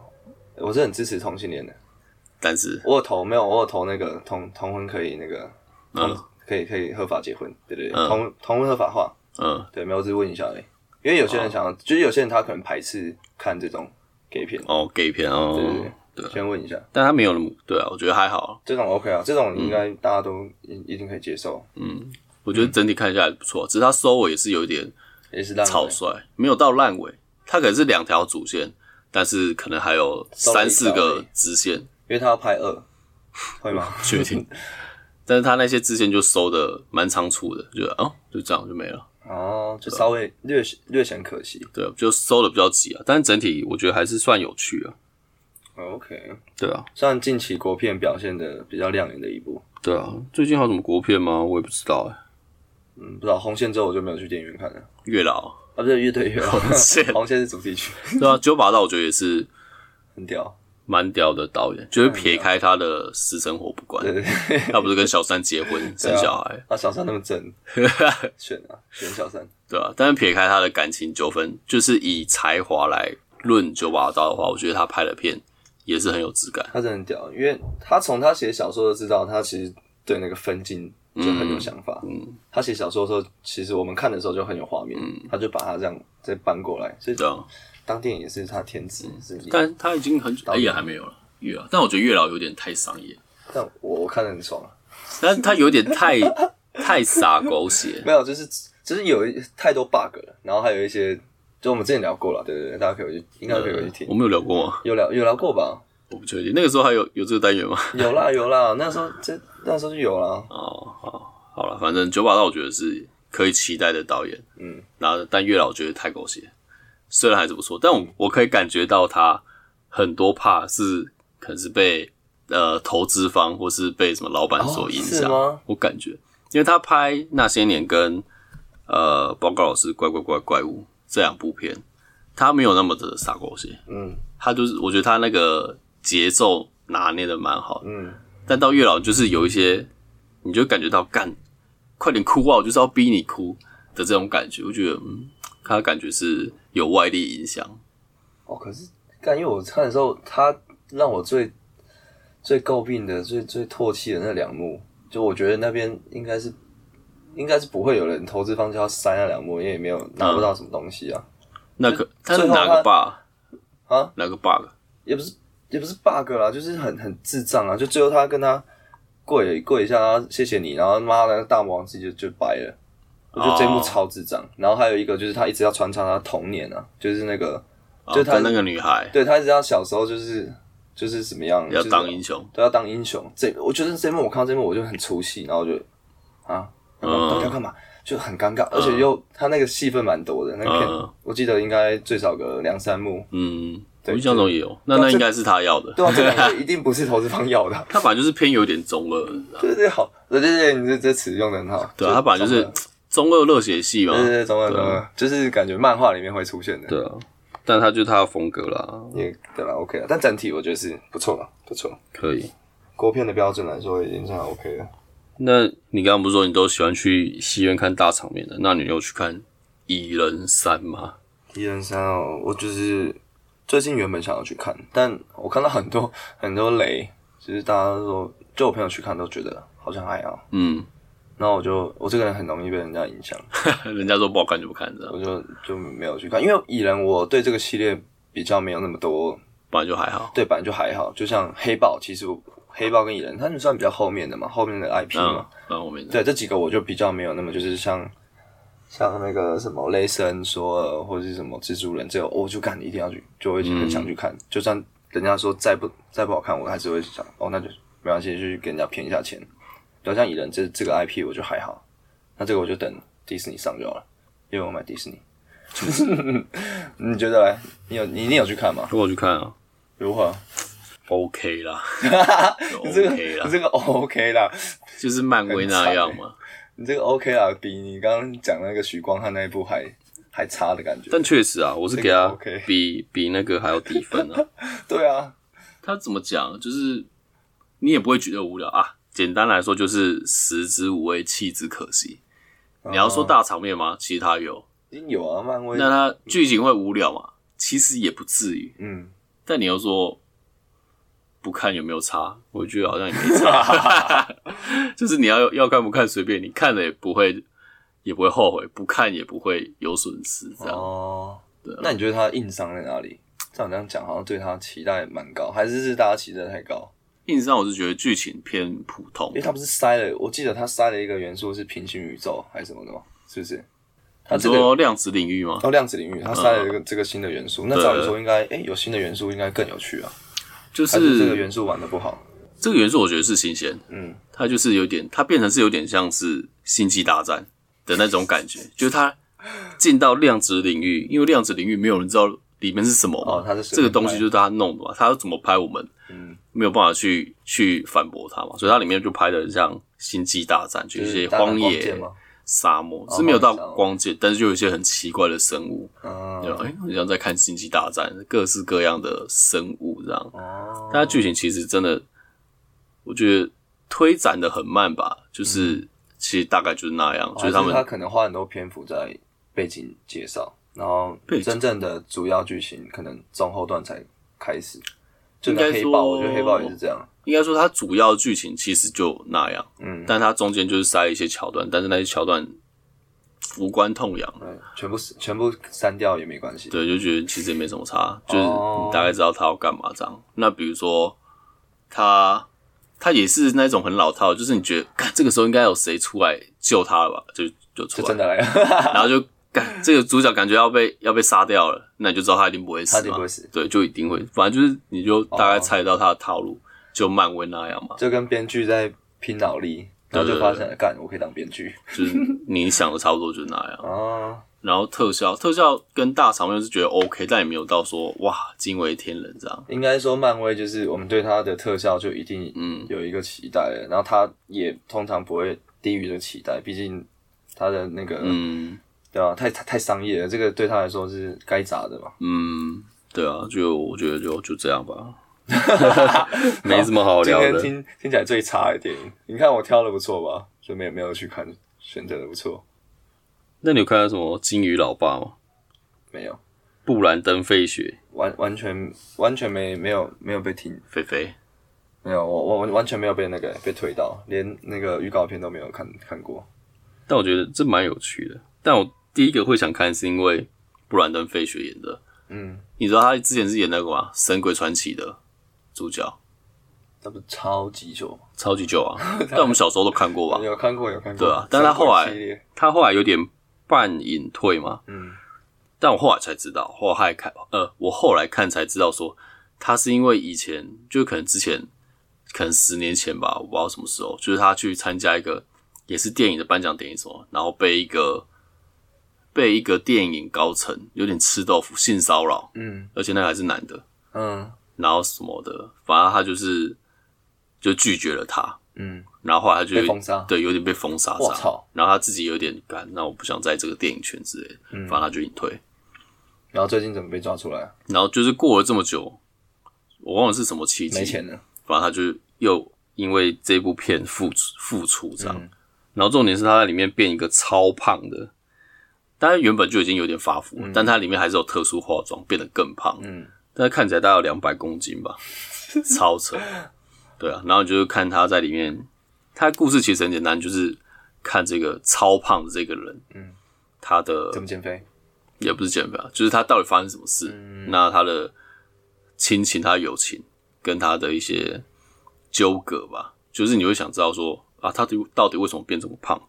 Speaker 2: 我是很支持同性恋的，
Speaker 1: 但是
Speaker 2: 我有投没有，我有投那个同同婚可以那个，
Speaker 1: 嗯
Speaker 2: 同可以可以合法结婚，对对对，
Speaker 1: 嗯
Speaker 2: 同同婚合法化，
Speaker 1: 嗯，
Speaker 2: 对，没有，我只是问一下而已，因为有些人想要，就是有些人他可能排斥看这种 gay 片，
Speaker 1: 哦 gay 片哦，
Speaker 2: 对对
Speaker 1: 对
Speaker 2: 对，先问一下。
Speaker 1: 但他没有那么对啊，我觉得还好，
Speaker 2: 这种 OK 啊，这种应该大家都一一定可以接受，
Speaker 1: 我觉得整体看下来不错，只是他收尾也是有一点
Speaker 2: 也是让
Speaker 1: 草率，没有到烂尾，他可能是两条主线，但是可能还有三四
Speaker 2: 收了一条而
Speaker 1: 个
Speaker 2: 已
Speaker 1: 支线，
Speaker 2: 因为他要拍二，会吗？
Speaker 1: <laughs> 确定。但是他那些支线就收的蛮仓促的，就哦就这样就没了，
Speaker 2: 哦，就稍微略略显可惜。
Speaker 1: 对啊，就收的比较急啊。但是整体我觉得还是算有趣啊，
Speaker 2: 哦 OK，
Speaker 1: 对啊，
Speaker 2: 算近期国片表现的比较亮眼的一部。
Speaker 1: 对啊。最近还有什么国片吗？我也不知道哎、
Speaker 2: 嗯，不知道红线之后我就没有去电影院看了，
Speaker 1: 月老，
Speaker 2: 啊，不是乐队乐红
Speaker 1: 线
Speaker 2: 红线是主题曲，
Speaker 1: 对啊，九把刀我觉得也是
Speaker 2: 很屌。
Speaker 1: 蛮屌的导演，就是撇开他的私生活不管，
Speaker 2: 对对对，
Speaker 1: 他不是跟小三结婚生小孩，
Speaker 2: 嗯啊，小三那
Speaker 1: <laughs>
Speaker 2: 么正，选啊，选小三。
Speaker 1: 对吧、但是撇开他的感情纠纷，就是以才华来论九把刀的话，我觉得他拍的片也是很有质感。
Speaker 2: 他真的很屌，因为他从他写小说就知道，他其实对那个分镜就很有想法。嗯，他写小说的时候，其实我们看的时候就很有画面，他就把它这样再搬过来，所以
Speaker 1: 嗯对啊，嗯
Speaker 2: 当电影也是他天职之一。
Speaker 1: 但他已经很久，哎呀还没有了月啊老，但我觉得月老有点太商业，
Speaker 2: 但我我看的很爽啊，
Speaker 1: 但他有点太 <laughs> 太洒狗血，
Speaker 2: <laughs> 没有，就是就是有一太多 bug 了，然后还有一些，就我们之前聊过了，对对对，大家可以回去，应该可以回去
Speaker 1: 我
Speaker 2: 听，
Speaker 1: 们有聊过吗？
Speaker 2: 有聊有聊过吧？
Speaker 1: 我不确定，那个时候还有有这个单元吗？
Speaker 2: 有啦有啦，那时候这那时候就有啦，
Speaker 1: 哦，好，好了，反正九把刀我觉得是可以期待的导演，嗯，然后但月老我觉得太狗血，虽然还是不错，但我
Speaker 2: 嗯
Speaker 1: 我可以感觉到他很多怕是可能是被呃投资方或是被什么老板所影响，
Speaker 2: 哦是吗
Speaker 1: 我感觉，因为他拍那些年跟呃报告老师怪怪怪怪物这两部片，他没有那么的傻狗血，
Speaker 2: 嗯
Speaker 1: 他就是我觉得他那个节奏拿捏的蛮好的。
Speaker 2: 嗯，
Speaker 1: 但到月老就是有一些，你就感觉到干，快点哭啊！我就是要逼你哭的这种感觉，我觉得，嗯，他感觉是有外力影响，
Speaker 2: 哦，可是干，因为我看的时候，他让我最最诟病的、最最唾弃的那两幕，就我觉得那边应该是应该是不会有人投资方就要删那两幕，因为也没有拿不到什么东西啊，
Speaker 1: 那个他是
Speaker 2: 最后
Speaker 1: 哪个 bug
Speaker 2: 啊？
Speaker 1: 哪个 bug？
Speaker 2: 也不是也不是 bug 啦，就是很很智障啊！就最后他跟他跪跪一下，然后谢谢你，然后妈的大魔王自己就就掰了。我觉得这一幕
Speaker 1: 哦
Speaker 2: 超智障。然后还有一个就是他一直要穿插他童年啊，就是那个
Speaker 1: 哦
Speaker 2: 就他
Speaker 1: 跟那个女孩
Speaker 2: 对他一直要小时候就是就是怎么样，
Speaker 1: 要
Speaker 2: 就是
Speaker 1: 当英雄，
Speaker 2: 都要当英雄。这我觉得这一幕我看到这一幕我就很出戏，然后我就啊，要
Speaker 1: 嗯
Speaker 2: 干嘛要干嘛，就很尴尬，而且又他那个戏份蛮多的，那个片、
Speaker 1: 嗯
Speaker 2: 我记得应该最少个两三幕。
Speaker 1: 嗯，我
Speaker 2: 对
Speaker 1: 印象中也有，那那应该是他要的，
Speaker 2: 对啊，这两个一定不是投资方要的。
Speaker 1: 他本来就是偏有点中二，你知道吗
Speaker 2: <laughs> 对对好，对对对，你这这词用的很好。
Speaker 1: 对啊，他本来就是中二热血系嘛
Speaker 2: 对，对对，中文
Speaker 1: 对
Speaker 2: 中
Speaker 1: 啊
Speaker 2: 文，就是感觉漫画里面会出现的。
Speaker 1: 对啊，但他就他的风格啦，
Speaker 2: 也对了，OK 了，但整体我觉得是不错了，不错。
Speaker 1: 可以。
Speaker 2: 国片的标准来说，已经算 OK 了。
Speaker 1: 那你刚刚不是说你都喜欢去戏院看大场面的？那你有去看《蚁人三》吗？
Speaker 2: 一人三哦，我就是最近原本想要去看，但我看到很多 <laughs> 很多雷，就是大家都说，就我朋友去看都觉得好像还好。
Speaker 1: 嗯， <laughs>
Speaker 2: 然后我就我这个人很容易被人家影响，
Speaker 1: 人家说不好看就不看，这样
Speaker 2: 我就就没有去看，因为蚁人我对这个系列比较没有那么多
Speaker 1: 本来就还好。
Speaker 2: 对，本来就还好。就像黑豹，其实我黑豹跟蚁人，他们算比较后面的嘛，后面的 IP
Speaker 1: 嗯
Speaker 2: 嘛。，
Speaker 1: 然后后面的
Speaker 2: 对，这几个我就比较没有那么就是像像那个什么雷神索尔或者是什么蜘蛛人这种，我就看一定要去，就会很想去看。就算人家说再不再不好看，我还是会想哦，那就没关系，就去给人家骗一下钱。比较像蚁人这这个 IP，我就还好。那这个我就等迪士尼上就好了，因为我买迪士尼。 <laughs> 你觉得嘞？你有你一定有去看吗？
Speaker 1: 如果我去看啊
Speaker 2: 如何？
Speaker 1: ，OK
Speaker 2: <laughs>
Speaker 1: 啦
Speaker 2: 你这个
Speaker 1: ，OK 啦
Speaker 2: 你，这个 OK 啦，
Speaker 1: 就是漫威那样嘛。
Speaker 2: 你这个 OK 啦，比你刚刚讲那个许光汉那一部还还差的感觉。
Speaker 1: 但确实啊，我是给他
Speaker 2: 这个 OK
Speaker 1: 比比那个还要低分
Speaker 2: <laughs>
Speaker 1: 啊。
Speaker 2: 对啊，
Speaker 1: 他怎么讲？就是你也不会觉得无聊啊。简单来说，就是食之无味，弃之可惜。
Speaker 2: 哦
Speaker 1: 你要说大场面吗？其实他有，
Speaker 2: 已经有啊，漫威，
Speaker 1: 那他剧情会无聊吗？其实也不至于。
Speaker 2: 嗯，
Speaker 1: 但你又说不看有没有差？我觉得好像也没差，
Speaker 2: <laughs>
Speaker 1: 就是你要要看不看随便你，看了也不会也不会后悔，不看也不会有损失，这样、
Speaker 2: 哦，
Speaker 1: 对啊
Speaker 2: 那你觉得他硬伤在哪里？照你这样讲，好像对他期待蛮高，还是是大家期待太高？
Speaker 1: 硬上我是觉得剧情偏普通
Speaker 2: 因为，他不是塞了，我记得他塞了一个元素是平行宇宙还是什么的吗？是不是？他
Speaker 1: 你
Speaker 2: 这个
Speaker 1: 说嗯量子领域吗？
Speaker 2: 哦，量子领域，他塞了一个这个新的元素，那照理说应该，哎，有新的元素应该更有趣啊，
Speaker 1: 就
Speaker 2: 还是这个
Speaker 1: 是
Speaker 2: 元素玩的不好？
Speaker 1: 这个元素，我觉得是新鲜，
Speaker 2: 嗯，
Speaker 1: 它就是有点，它变成是有点像是星际大战的那种感觉，就是它进到量子领域，因为量子领域没有人知道里面是什么嘛，
Speaker 2: 哦它是随
Speaker 1: 这个
Speaker 2: 便
Speaker 1: 东
Speaker 2: 拍
Speaker 1: 西就是他弄的嘛，他要怎么拍我们，
Speaker 2: 嗯，
Speaker 1: 没有办法去去反驳他嘛，所以它里面就拍的像星际大战，就
Speaker 2: 就
Speaker 1: 一
Speaker 2: 是
Speaker 1: 些
Speaker 2: 大家
Speaker 1: 荒
Speaker 2: 光
Speaker 1: 野
Speaker 2: 剑吗？
Speaker 1: 沙漠，
Speaker 2: 哦
Speaker 1: 是没有到
Speaker 2: 荒野沙漠
Speaker 1: 光界，但是就有一些很奇怪的生物，
Speaker 2: 嗯
Speaker 1: 对吧？哎、好像在看星际大战，各式各样的生物这样。
Speaker 2: 哦，
Speaker 1: 但它剧情其实真的，我觉得推展的很慢吧，就是、
Speaker 2: 嗯
Speaker 1: 其实大概就是那样，就是他
Speaker 2: 还哦他
Speaker 1: 们
Speaker 2: 可能花很多篇幅在背景介绍，然后
Speaker 1: 背景
Speaker 2: 真正的主要剧情可能中后段才开始。就
Speaker 1: 应该
Speaker 2: 那黑豹，
Speaker 1: 说
Speaker 2: 我觉得黑豹也是这样。
Speaker 1: 应该说它主要剧情其实就那样，
Speaker 2: 嗯，
Speaker 1: 但它中间就是塞一些桥段，但是那些桥段无关痛痒，
Speaker 2: 对，全部全部删掉也没关系。
Speaker 1: 对，就觉得其实也没什么差，就是
Speaker 2: 哦
Speaker 1: 你大概知道他要干嘛这样。那比如说他，他也是那种很老套，就是你觉得，干这个时候应该有谁出来救他了吧，就就出来
Speaker 2: 就真，的来了，
Speaker 1: 然后就干这个主角感觉要被要被杀掉了，那你就知道他一定不会
Speaker 2: <laughs> 他
Speaker 1: 死
Speaker 2: 一定
Speaker 1: 嘛
Speaker 2: 不，会死，
Speaker 1: 对，就一定会，反正就是你就大概
Speaker 2: 哦
Speaker 1: 猜得到他的套路，就漫威那样嘛，
Speaker 2: 就跟编剧在拼脑力，然后
Speaker 1: 对
Speaker 2: 就
Speaker 1: 对
Speaker 2: 发
Speaker 1: 对
Speaker 2: 现，干，我可以当编剧
Speaker 1: 就是你想的差不多就是那样。
Speaker 2: <laughs> 啊。
Speaker 1: 然后特效，特效跟大场面是觉得 OK，但也没有到说哇惊为天人这样。
Speaker 2: 应该说，漫威就是我们对它的特效就一定
Speaker 1: 嗯
Speaker 2: 有一个期待了，然后它也通常不会低于这个期待，毕竟它的那个
Speaker 1: 嗯。
Speaker 2: 对啊，太太太商业了，这个对他来说是该砸的嘛。
Speaker 1: 嗯，对啊，就我觉得就就这样
Speaker 2: <laughs>
Speaker 1: 吧，没什么好
Speaker 2: 今
Speaker 1: 聊
Speaker 2: 天
Speaker 1: 的。
Speaker 2: 听听起来最差的电影，你看我挑的不错吧？就没有没有去看，选择的不错，
Speaker 1: 那你有看到什么《金鱼老爸》吗？
Speaker 2: 没有。
Speaker 1: 布兰登费雪，
Speaker 2: 完完全完全没没有没有被听，
Speaker 1: 菲菲，
Speaker 2: 没有我我完完全没有被那个被推到，连那个预告片都没有看看过。
Speaker 1: 但我觉得这蛮有趣的。但我第一个会想看是因为布兰登·费雪演的，
Speaker 2: 嗯，
Speaker 1: 你知道他之前是演那个嘛《神鬼传奇》的主角，
Speaker 2: 那不是超级久，
Speaker 1: 超级旧啊，但我们小时候都看过吧？
Speaker 2: 有看过有看过。
Speaker 1: 对啊但是他后来
Speaker 2: 三国系列
Speaker 1: 他后来有点半隐退嘛，
Speaker 2: 嗯，
Speaker 1: 但我后来才知道，后来看，呃，我后来看才知道说，他是因为以前就可能之前，可能十年前吧，我不知道什么时候，就是他去参加一个也是电影的颁奖典礼什么，然后被一个被一个电影高层有点吃豆腐性骚扰，
Speaker 2: 嗯
Speaker 1: 而且那个还是男的，
Speaker 2: 嗯
Speaker 1: 然后什么的，反正他就是就拒绝了他，
Speaker 2: 嗯，
Speaker 1: 然后后来他就
Speaker 2: 被封杀
Speaker 1: 对，有点被封杀这
Speaker 2: 我
Speaker 1: 样。
Speaker 2: 操
Speaker 1: 然后他自己有点干，那我不想在这个电影圈之类的，
Speaker 2: 嗯
Speaker 1: 反正他就隐退。
Speaker 2: 然后最近怎么被抓出来？啊
Speaker 1: 然后就是过了这么久，我忘了是什么契机，
Speaker 2: 没钱了。
Speaker 1: 反正他就又因为这部片复出复出这样。
Speaker 2: 嗯
Speaker 1: 然后重点是他在里面变一个超胖的，但他原本就已经有点发福了，但他里面还是有特殊化妆，变得更胖。
Speaker 2: 嗯，
Speaker 1: 但他看起来大概有两百公斤
Speaker 2: <laughs>
Speaker 1: 吧，超扯。对啊，然后你就是看他在里面，他的故事其实很简单，就是看这个超胖的这个人，嗯，他的
Speaker 2: 怎么减肥？
Speaker 1: 也不是减肥啊，就是他到底发生什么事？那他的亲情、他的友情跟他的一些纠葛吧，就是你会想知道说啊，他到底到底为什么变这么胖？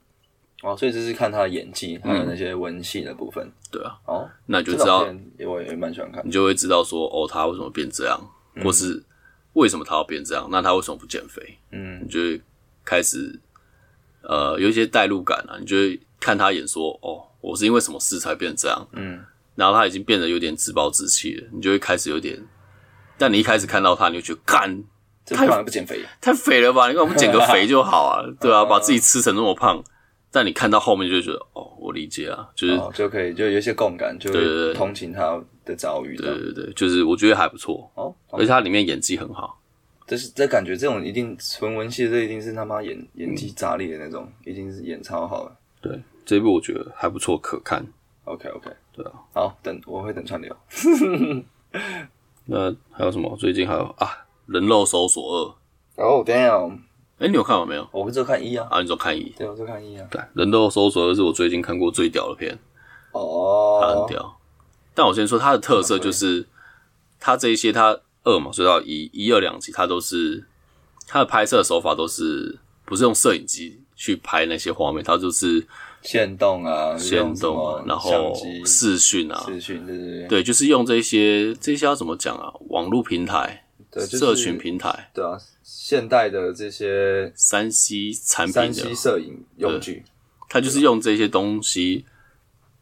Speaker 2: 哦，所以这是看他的演技，还有那些文戏的部分。
Speaker 1: 嗯对啊，
Speaker 2: 哦，
Speaker 1: 那你就
Speaker 2: 这
Speaker 1: 知
Speaker 2: 种
Speaker 1: 道，
Speaker 2: 片我也蛮喜欢看
Speaker 1: 你。就会知道说哦，他为什么变这样，或是为什么他要变这样？那他为什么不减肥？
Speaker 2: 嗯
Speaker 1: 你就会开始呃有一些代入感啊，你就会看他演说哦，我是因为什么事才变这样，
Speaker 2: 嗯，
Speaker 1: 然后他已经变得有点自暴自弃了，你就会开始有点。但你一开始看到他，你就觉得干
Speaker 2: 这干嘛不减肥？
Speaker 1: 太肥了吧？你干嘛不减个肥就好啊？对啊，把自己吃成那么胖。但你看到后面就觉得，哦，我理解啊，就是、
Speaker 2: 哦，就可以就有一些共感，就
Speaker 1: 对对
Speaker 2: 会
Speaker 1: 对
Speaker 2: 同情他的遭遇这
Speaker 1: 对
Speaker 2: 样。
Speaker 1: 对对，就是我觉得还不错，
Speaker 2: 哦，
Speaker 1: 而且他里面演技很好。
Speaker 2: 这是这感觉，这种一定纯文戏，这一定是他妈演演技炸裂的那种，一定是演超好的。
Speaker 1: 对，这一部我觉得还不错，可看。
Speaker 2: OK OK，
Speaker 1: 对啊，
Speaker 2: 好，等我会等串流。
Speaker 1: 那还有什么？最近还有啊，《人肉搜索二》Oh,
Speaker 2: 哦、damn，
Speaker 1: 哎，你有看完没有？
Speaker 2: 我只有看一啊，
Speaker 1: 啊，你只有看一。
Speaker 2: 对，我只有看一啊。
Speaker 1: 对，《人肉搜索二》是我最近看过最屌的片。它很
Speaker 2: 哦，
Speaker 1: 屌。但我先说它的特色就是，它这一些它二嘛，所以到一一二两集，它都是它的拍摄手法都是不是用摄影机去拍那些画面，它就是
Speaker 2: 现动啊，
Speaker 1: 先动啊，
Speaker 2: 用什么
Speaker 1: 然后
Speaker 2: 相机、
Speaker 1: 视讯啊，
Speaker 2: 视讯，对对对，
Speaker 1: 对，就是用这些这些要怎么讲啊？网络平台、
Speaker 2: 对就是
Speaker 1: 社群平台、
Speaker 2: 对啊，现代的这些
Speaker 1: 三 C 产品
Speaker 2: 三
Speaker 1: 的
Speaker 2: C，摄影用具，
Speaker 1: 它就是用这些东西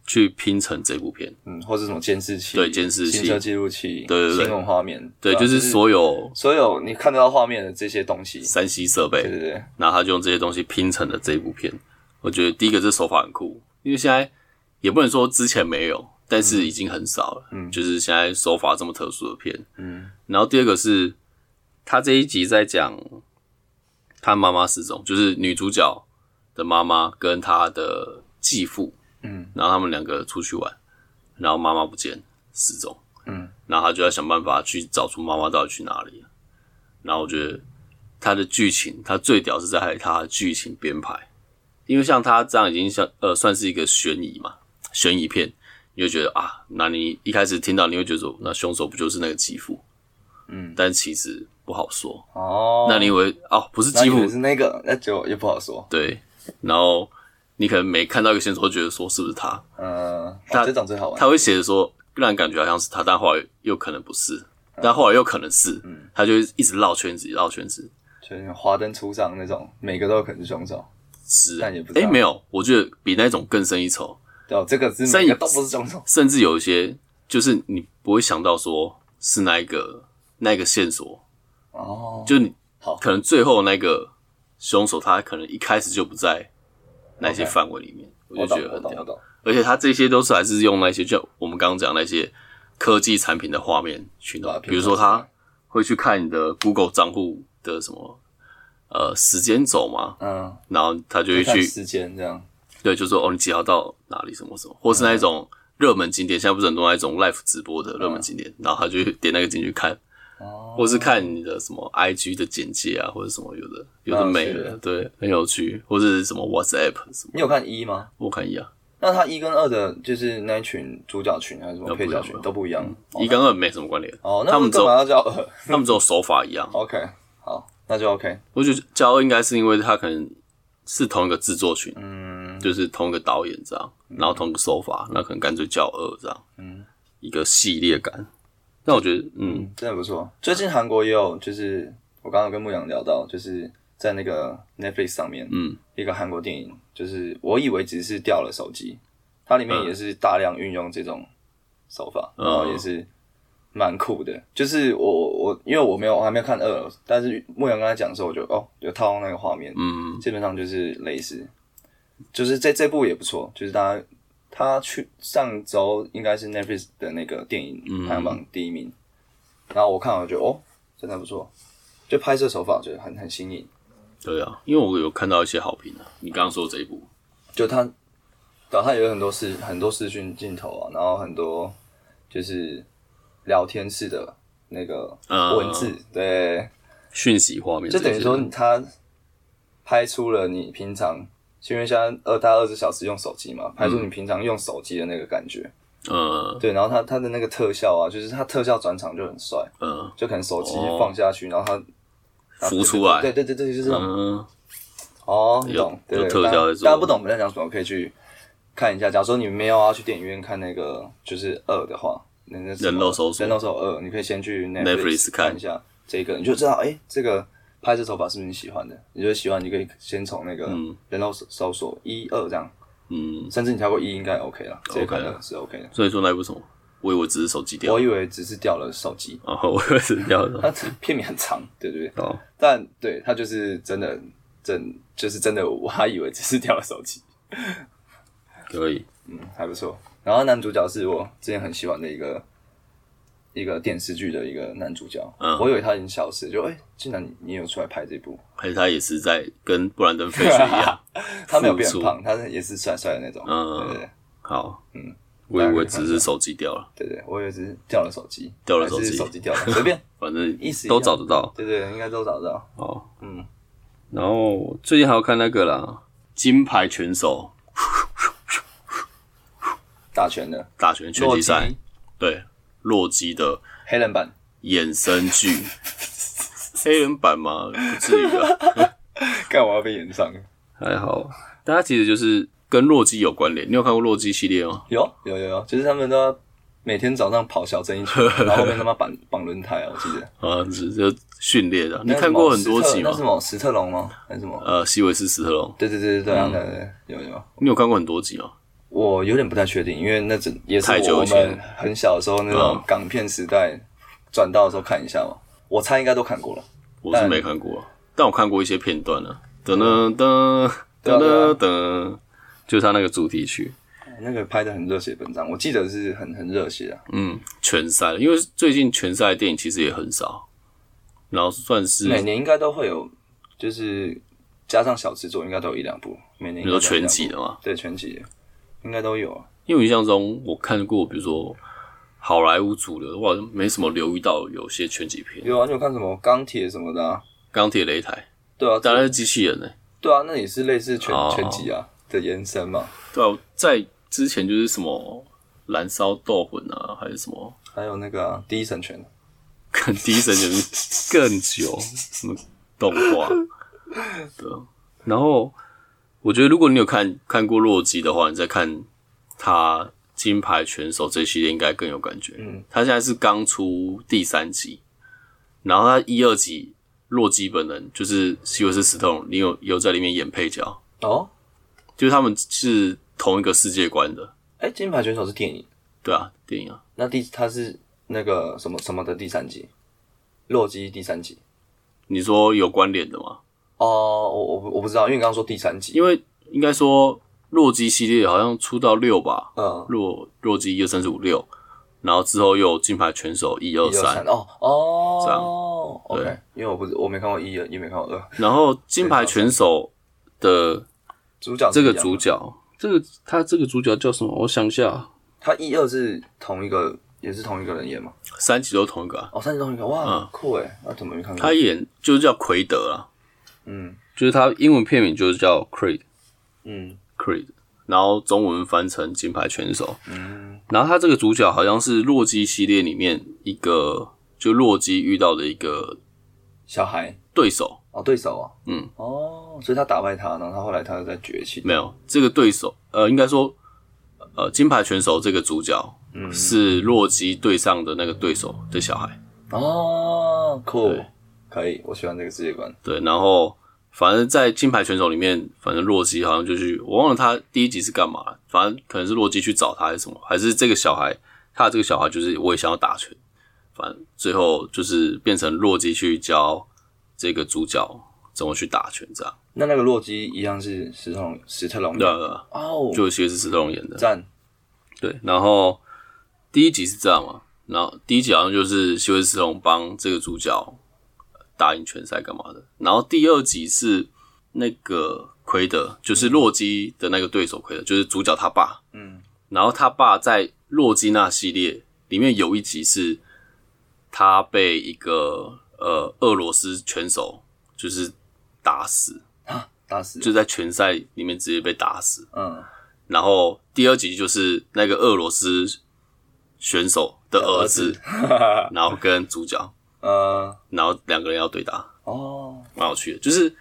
Speaker 1: 去拼成这部片。
Speaker 2: 嗯，或是什么监视器，
Speaker 1: 对监视器
Speaker 2: 行车记录器，
Speaker 1: 对对对
Speaker 2: 新闻画面，
Speaker 1: 对，
Speaker 2: 啊
Speaker 1: 就
Speaker 2: 就是
Speaker 1: 所有
Speaker 2: 所有你看得到画面的这些东西，
Speaker 1: 三 C 设备，
Speaker 2: 对对对，
Speaker 1: 然后他就用这些东西拼成了这一部片。我觉得第一个这手法很酷，因为现在也不能说之前没有，但是已经很少了。嗯，就是现在手法这么特殊的片。
Speaker 2: 嗯，
Speaker 1: 然后第二个是他这一集在讲他妈妈失踪，就是女主角的妈妈跟她的继父，
Speaker 2: 嗯，
Speaker 1: 然后他们两个出去玩，然后妈妈不见失踪，
Speaker 2: 嗯，
Speaker 1: 然后他就要想办法去找出妈妈到底去哪里了。然后我觉得它的剧情，它最屌是在它的剧情编排，因为像它这样已经像呃算是一个悬疑嘛，悬疑片，你就觉得啊，那你一开始听到你会觉得说，那凶手不就是那个继父？
Speaker 2: 嗯，
Speaker 1: 但其实不好说。
Speaker 2: 哦，
Speaker 1: 那你以为哦不是
Speaker 2: 那
Speaker 1: 继
Speaker 2: 以为
Speaker 1: 父，
Speaker 2: 是那个，那就也不好说，
Speaker 1: <laughs> 对，然后你可能每看到一个线索，觉得说是不是他？
Speaker 2: 嗯，哦
Speaker 1: 他
Speaker 2: 这种最好玩，
Speaker 1: 他会写着说，让人感觉好像是他，但后来又可能不是，
Speaker 2: 嗯
Speaker 1: 但后来又可能是，他就一直绕圈子，绕圈子。
Speaker 2: 就是华灯初上那种，每个都有可能是凶手。
Speaker 1: 是，
Speaker 2: 但也不知
Speaker 1: 哎、
Speaker 2: 道
Speaker 1: 没有，我觉得比那种更胜一筹，
Speaker 2: 对哦，这个是
Speaker 1: 三
Speaker 2: 每
Speaker 1: 也
Speaker 2: 个都不是凶手。
Speaker 1: 甚至有一些就是你不会想到说是那一个那一个线索，
Speaker 2: 哦，
Speaker 1: 就你
Speaker 2: 好
Speaker 1: 可能最后那个凶手他可能一开始就不在那些
Speaker 2: OK
Speaker 1: 范围里面
Speaker 2: 我
Speaker 1: 我就
Speaker 2: 懂
Speaker 1: 觉，得
Speaker 2: 我
Speaker 1: 很
Speaker 2: 懂，我
Speaker 1: 屌。
Speaker 2: 懂。
Speaker 1: 而且它这些都是还是用那些就我们刚刚讲那些科技产品的画面去
Speaker 2: 把它
Speaker 1: 弄，
Speaker 2: 拼
Speaker 1: 比如说
Speaker 2: 凑起来
Speaker 1: 他会去看你的 Google 账户的什么呃时间轴嘛，
Speaker 2: 嗯，
Speaker 1: 然后他就会
Speaker 2: 看
Speaker 1: 去
Speaker 2: 时间这样，
Speaker 1: 对，就说哦你几号到哪里什么什么，或是那一种热门景点，现在不是很多那种 live 直播的热门景
Speaker 2: 嗯
Speaker 1: 点，然后他就点那个进去看，
Speaker 2: 哦
Speaker 1: 或是看你的什么 IG 的简介啊，或者什么有的有的没
Speaker 2: 蛮有趣
Speaker 1: 的
Speaker 2: 哦的，
Speaker 1: 对，很有趣，或是什么 WhatsApp 什么，
Speaker 2: 你有看一吗？
Speaker 1: 我看一啊，
Speaker 2: 那他一跟二的，就是那一群主角群还是什么
Speaker 1: 都不
Speaker 2: 配
Speaker 1: 一样
Speaker 2: 角群都不一样。
Speaker 1: 一跟二没什么关联，
Speaker 2: 哦，那
Speaker 1: 他们
Speaker 2: 干
Speaker 1: 走
Speaker 2: 嘛要叫二 <laughs>
Speaker 1: 他们只有手法一样，
Speaker 2: ？OK，好，那就 OK。
Speaker 1: 我觉得骄傲应该是因为他可能是同一个制作群，
Speaker 2: 嗯，
Speaker 1: 就是同一个导演这样，然后同一个手法，那可能干脆叫二这样，
Speaker 2: 嗯，
Speaker 1: 一个系列感。但我觉得，嗯，
Speaker 2: 真的不错。最近韩国也有，就是我刚刚有跟牧羊聊到，就是在那个 Netflix 上面，
Speaker 1: 嗯，
Speaker 2: 一个韩国电影，就是我以为只是掉了手机，它里面也是大量运用这种手法，
Speaker 1: 嗯
Speaker 2: 然后也是蛮酷的。就是我我我，因为我没有我还没有看二，但是牧羊跟他讲的时候，我就哦，有套用那个画面，
Speaker 1: 嗯，
Speaker 2: 基本上就是类似，就是这这部也不错，就是大家他去上周应该是 Netflix 的那个电影排行榜第一名，然后我看了就哦，真的不错，就拍摄手法我觉得很很新颖，
Speaker 1: 对啊，因为我有看到一些好评啊。你刚刚说这一部，
Speaker 2: 就他，然后他有很多视很多视讯镜头啊，然后很多就是聊天式的那个
Speaker 1: 呃
Speaker 2: 文字，对，
Speaker 1: 讯息画面这些
Speaker 2: 就
Speaker 1: 的，
Speaker 2: 等于说他拍出了你平常，因为现在二大二十小时用手机嘛，拍出
Speaker 1: 嗯
Speaker 2: 你平常用手机的那个感觉。
Speaker 1: 呃
Speaker 2: 对，然后他他的那个特效啊，就是他特效转场就很帅，
Speaker 1: 呃，
Speaker 2: 就可能手机
Speaker 1: 哦
Speaker 2: 放下去，然后他然后
Speaker 1: 浮出来，
Speaker 2: 啊对对对对，就是这种。
Speaker 1: 嗯，
Speaker 2: 哦，你
Speaker 1: 有
Speaker 2: 懂，对
Speaker 1: 有
Speaker 2: 对
Speaker 1: 特
Speaker 2: 大家
Speaker 1: 效在做
Speaker 2: 大家不懂我们在讲什么，可以去看一下。假如说你没有要去电影院看那个就是二的话，那那什么
Speaker 1: 人肉搜索
Speaker 2: 人肉搜索二，你可以先去
Speaker 1: Netflix 看
Speaker 2: 看一下这个，你就知道哎、这个拍摄手法是不是你喜欢的？你就喜欢，你可以先从那个
Speaker 1: 嗯
Speaker 2: 人肉搜搜索一二这样，
Speaker 1: 嗯，
Speaker 2: 甚至你跳过一应该 OK 了，直接
Speaker 1: OK
Speaker 2: 看
Speaker 1: 啊
Speaker 2: 的是 OK 的。
Speaker 1: 所以说那一部什么，我以为只是手机哦掉
Speaker 2: 我
Speaker 1: 了，
Speaker 2: 以为只是掉了手机，
Speaker 1: 然后我以为是掉了。
Speaker 2: <laughs> 它片名很长，对对对，
Speaker 1: 哦，
Speaker 2: 但对它就是真的真就是真的，我还以为只是掉了手机。
Speaker 1: 可以，
Speaker 2: 还不错。然后男主角是我之前很喜欢的一个一个电视剧的一个男主角，
Speaker 1: 嗯
Speaker 2: 我以为他已经消失，就哎、竟然你有出来拍这部，
Speaker 1: 而且他也是在跟布兰登·费雪一
Speaker 2: <laughs>
Speaker 1: 样，
Speaker 2: 他没有变
Speaker 1: 复出
Speaker 2: 胖，他是也是帅帅的那种，
Speaker 1: 嗯
Speaker 2: 对对
Speaker 1: 好，嗯，我以为只是手机掉了，
Speaker 2: 对对，我以为只是掉了手机，
Speaker 1: 掉了手机
Speaker 2: 还是手机掉了，随便，
Speaker 1: 反正
Speaker 2: 意思一样
Speaker 1: 都找得到。
Speaker 2: 对对，应该都找得到。
Speaker 1: 好，
Speaker 2: 嗯，
Speaker 1: 然后最近还有看那个啦，《金牌拳手
Speaker 2: 打拳的
Speaker 1: 打拳拳击赛
Speaker 2: 洛基》，
Speaker 1: 对，洛基的
Speaker 2: 黑人版，
Speaker 1: 衍生剧，黑人版嘛，不至于
Speaker 2: <laughs>
Speaker 1: 吧？
Speaker 2: 干我要被演上了，
Speaker 1: 还好，但它其实就是跟洛基有关联。你有看过洛基系列吗？
Speaker 2: 有有有有，就是他们都要每天早上跑小针
Speaker 1: <laughs>
Speaker 2: 一圈，然后后面他妈绑绑轮胎啊，我记得。
Speaker 1: 啊，只是训练啊的。你看过很多集
Speaker 2: 那
Speaker 1: 吗
Speaker 2: 是？什么史特龙吗？还是什么？
Speaker 1: 呃，西维斯·史特龙，
Speaker 2: 对对对对对啊，对对对，有有。
Speaker 1: 你有看过很多集吗？
Speaker 2: 我有点不太确定，因为那只也是
Speaker 1: 太久
Speaker 2: 我
Speaker 1: 以前
Speaker 2: 们很小的时候那种
Speaker 1: 嗯
Speaker 2: 港片时代转到的时候看一下嘛。我猜应该都看过了，
Speaker 1: 我是没看过，啊但我看过一些片段了。噔噔噔
Speaker 2: 嗯对啊对
Speaker 1: 噔
Speaker 2: 啊
Speaker 1: 噔噔，就是他那个主题曲，
Speaker 2: 那个拍的很热血本章，我记得是很很热血啊。
Speaker 1: 嗯，拳赛。因为最近拳赛的电影其实也很少，然后算是
Speaker 2: 每年应该都会有，就是加上小制作，应该都有一两部。每年
Speaker 1: 比
Speaker 2: 应
Speaker 1: 如
Speaker 2: 该
Speaker 1: 说
Speaker 2: 都有一
Speaker 1: 拳
Speaker 2: 两部
Speaker 1: 击的嘛，
Speaker 2: 对全集的应该都有啊。
Speaker 1: 因为我印象中我看过，比如说好莱坞主流的话，没什么留意到有些拳击片，
Speaker 2: 有啊，你有看什么钢铁什么的啊？
Speaker 1: 钢铁擂台
Speaker 2: 对啊，
Speaker 1: 当然是机器人呢、
Speaker 2: 对啊，那也是类似全
Speaker 1: 哦
Speaker 2: 全集啊的延伸嘛。
Speaker 1: 对啊，在之前就是什么燃烧斗魂啊，还是什么
Speaker 2: 还有那个啊第一神拳，
Speaker 1: 更低神就是更久，什么动画，对啊。然后我觉得，如果你有看看过洛基的话，你再看他金牌拳手这系列，应该更有感觉。
Speaker 2: 嗯，
Speaker 1: 他现在是刚出第三集，然后他一二集洛基本人就是希维斯·史特龙，你有有在里面演配角，
Speaker 2: 哦，
Speaker 1: 就是他们是同一个世界观的，
Speaker 2: 哎、金牌选手是电影。
Speaker 1: 对啊，电影啊，
Speaker 2: 那第他是那个什么什么的第三集，洛基第三集。
Speaker 1: 你说有关联的吗？
Speaker 2: 哦，我我不我不知道，因为你刚刚说第三集。
Speaker 1: 因为应该说洛基系列好像出到六吧，
Speaker 2: 嗯，
Speaker 1: 洛洛基一二三四五六，然后之后又有金牌拳手一二
Speaker 2: 一二
Speaker 1: 三
Speaker 2: 三，哦哦，
Speaker 1: 这样
Speaker 2: OK，
Speaker 1: 对
Speaker 2: 因为我不是我没看过一，也没看过二，
Speaker 1: 然后金牌拳手的
Speaker 2: 主角是
Speaker 1: 这个
Speaker 2: 一样的
Speaker 1: 主角，这个他这个主角叫什么？我想一下，
Speaker 2: 他一二是同一个，也是同一个人演嘛？
Speaker 1: 三集都同一个、啊，
Speaker 2: 哦，三集同一个，哇，酷哎！那怎么没看过？
Speaker 1: 他演就是叫奎德啊啦，
Speaker 2: 嗯
Speaker 1: 就是他英文片名就是叫 Creed
Speaker 2: 嗯
Speaker 1: Creed，然后中文翻成金牌拳手。
Speaker 2: 嗯
Speaker 1: 然后他这个主角好像是洛基系列里面一个，就洛基遇到的一个
Speaker 2: 小孩
Speaker 1: 对手，
Speaker 2: 哦，对手啊，
Speaker 1: 嗯，
Speaker 2: 哦，所以他打败他，然后他后来他又在崛起，
Speaker 1: 没有这个对手，呃，应该说，呃，金牌拳手这个主角。
Speaker 2: 嗯
Speaker 1: 是洛基对上的那个对手的小孩，
Speaker 2: 哦，酷
Speaker 1: 对，
Speaker 2: 可以，我喜欢这个世界观，
Speaker 1: 对，然后反正在金牌拳手里面，反正洛基好像就去，我忘了他第一集是干嘛了，反正可能是洛基去找他还是什么，还是这个小孩，他的这个小孩就是我也想要打拳，反正最后就是变成洛基去教这个主角怎么去打拳，这样，
Speaker 2: 那那个洛基一样是史特龙，史特龙
Speaker 1: 对啊对啊，
Speaker 2: 哦，
Speaker 1: 就其实是史特龙演的，
Speaker 2: 赞，
Speaker 1: 对，然后第一集是这样嘛，然后第一集好像就是休斯·斯隆帮这个主角打赢拳赛干嘛的，然后第二集是那个奎德，就是洛基的那个对手奎德，就是主角他爸，
Speaker 2: 嗯，
Speaker 1: 然后他爸在洛基那系列里面有一集是他被一个呃俄罗斯拳手就是打死，
Speaker 2: 打死，
Speaker 1: 就在拳赛里面直接被打死，
Speaker 2: 嗯，
Speaker 1: 然后第二集就是那个俄罗斯选手的儿子，然后跟主角，
Speaker 2: <laughs> 呃，
Speaker 1: 然后两个人要对打，
Speaker 2: 哦，
Speaker 1: 蛮有趣的。就是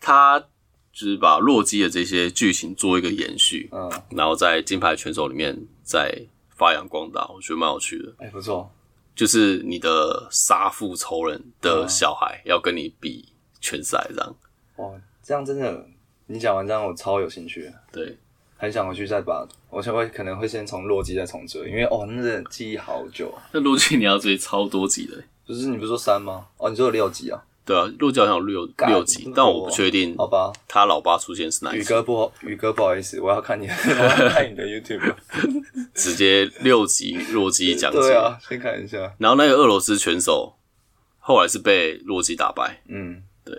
Speaker 1: 他就是把洛基的这些剧情做一个延续，
Speaker 2: 嗯，
Speaker 1: 然后在金牌拳手里面再发扬光大，我觉得蛮有趣的。
Speaker 2: 哎，不错，
Speaker 1: 就是你的杀父仇人的小孩要跟你比拳赛这样，
Speaker 2: 哇，这样真的，你讲完这样我超有兴趣的，
Speaker 1: 对，
Speaker 2: 很想回去再把，我想会可能会先从洛基再重追，因为哦，那真的记忆好久啊，
Speaker 1: 那洛基你要追超多集的欸、
Speaker 2: 不是你不是说三吗？哦，你说有六集啊？
Speaker 1: 对啊，洛基好像有六
Speaker 2: 干
Speaker 1: 六集
Speaker 2: 这，么
Speaker 1: 但
Speaker 2: 多
Speaker 1: 我不哦确定
Speaker 2: 好吧，
Speaker 1: 他老爸出现是哪一
Speaker 2: 宇
Speaker 1: 集，
Speaker 2: 哥不好，宇哥不好意思，我要看你， <laughs> 我要看你
Speaker 1: <laughs>
Speaker 2: 的 YouTube。
Speaker 1: 直接六集洛基讲解。
Speaker 2: 对啊，先看一下。
Speaker 1: 然后那个俄罗斯拳手后来是被洛基打败，
Speaker 2: 嗯，
Speaker 1: 对。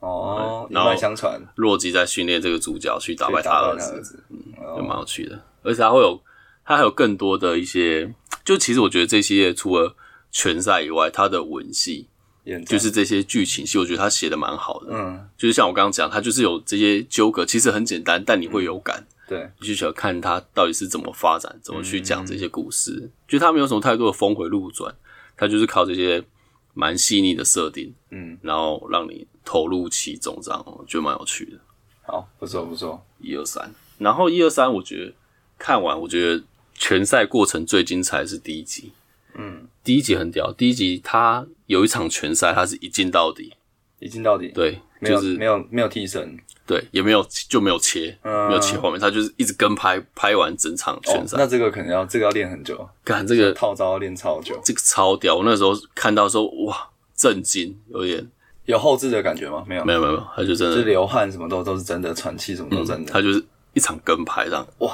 Speaker 2: 哦，一
Speaker 1: 然后
Speaker 2: 脉相传，
Speaker 1: 洛基在训练这个主角去打
Speaker 2: 去
Speaker 1: 败
Speaker 2: 打
Speaker 1: 儿
Speaker 2: 败他儿
Speaker 1: 子，
Speaker 2: 子。嗯
Speaker 1: 就蛮有趣的。而且他会有，他还有更多的一些，就其实我觉得这系列除了拳赛以外，他的文戏
Speaker 2: 演
Speaker 1: 就是这些剧情戏，我觉得他写的蛮好的。
Speaker 2: 嗯，
Speaker 1: 就是像我刚刚讲，他就是有这些纠葛，其实很简单，但你会有感。
Speaker 2: 对，
Speaker 1: 你就想看他到底是怎么发展，怎么去讲这些故事。就他没有什么太多的峰回路转，他就是靠这些蛮细腻的设定，
Speaker 2: 嗯，
Speaker 1: 然后让你投入其中，这样我觉得蛮有趣的。
Speaker 2: 好，不错不错。
Speaker 1: 一二三，然后一二三，我觉得看完，我觉得拳赛过程最精彩的是第一集。
Speaker 2: 嗯，
Speaker 1: 第一集很屌，第一集他有一场拳赛，他是一进到底，
Speaker 2: 一镜到底，，
Speaker 1: 对，
Speaker 2: 没
Speaker 1: 就
Speaker 2: 有
Speaker 1: 是
Speaker 2: 没有没有替身，哦
Speaker 1: 对，也没有就没有切，
Speaker 2: 嗯
Speaker 1: 没有切画面，他就是一直跟拍，拍完整场
Speaker 2: 哦
Speaker 1: 拳，赛。
Speaker 2: 那这个可能要这个要练很久，
Speaker 1: 干这个
Speaker 2: 套招要练超久。
Speaker 1: 这个超屌！我那时候看到的时候，哇，震惊，有点
Speaker 2: 有后置的感觉吗？没有，
Speaker 1: 没有没有，没有，他就真
Speaker 2: 就是
Speaker 1: 的，
Speaker 2: 流汗什么都都是真的，喘气什么都真的。
Speaker 1: 他就是一场跟拍这样，
Speaker 2: 哇，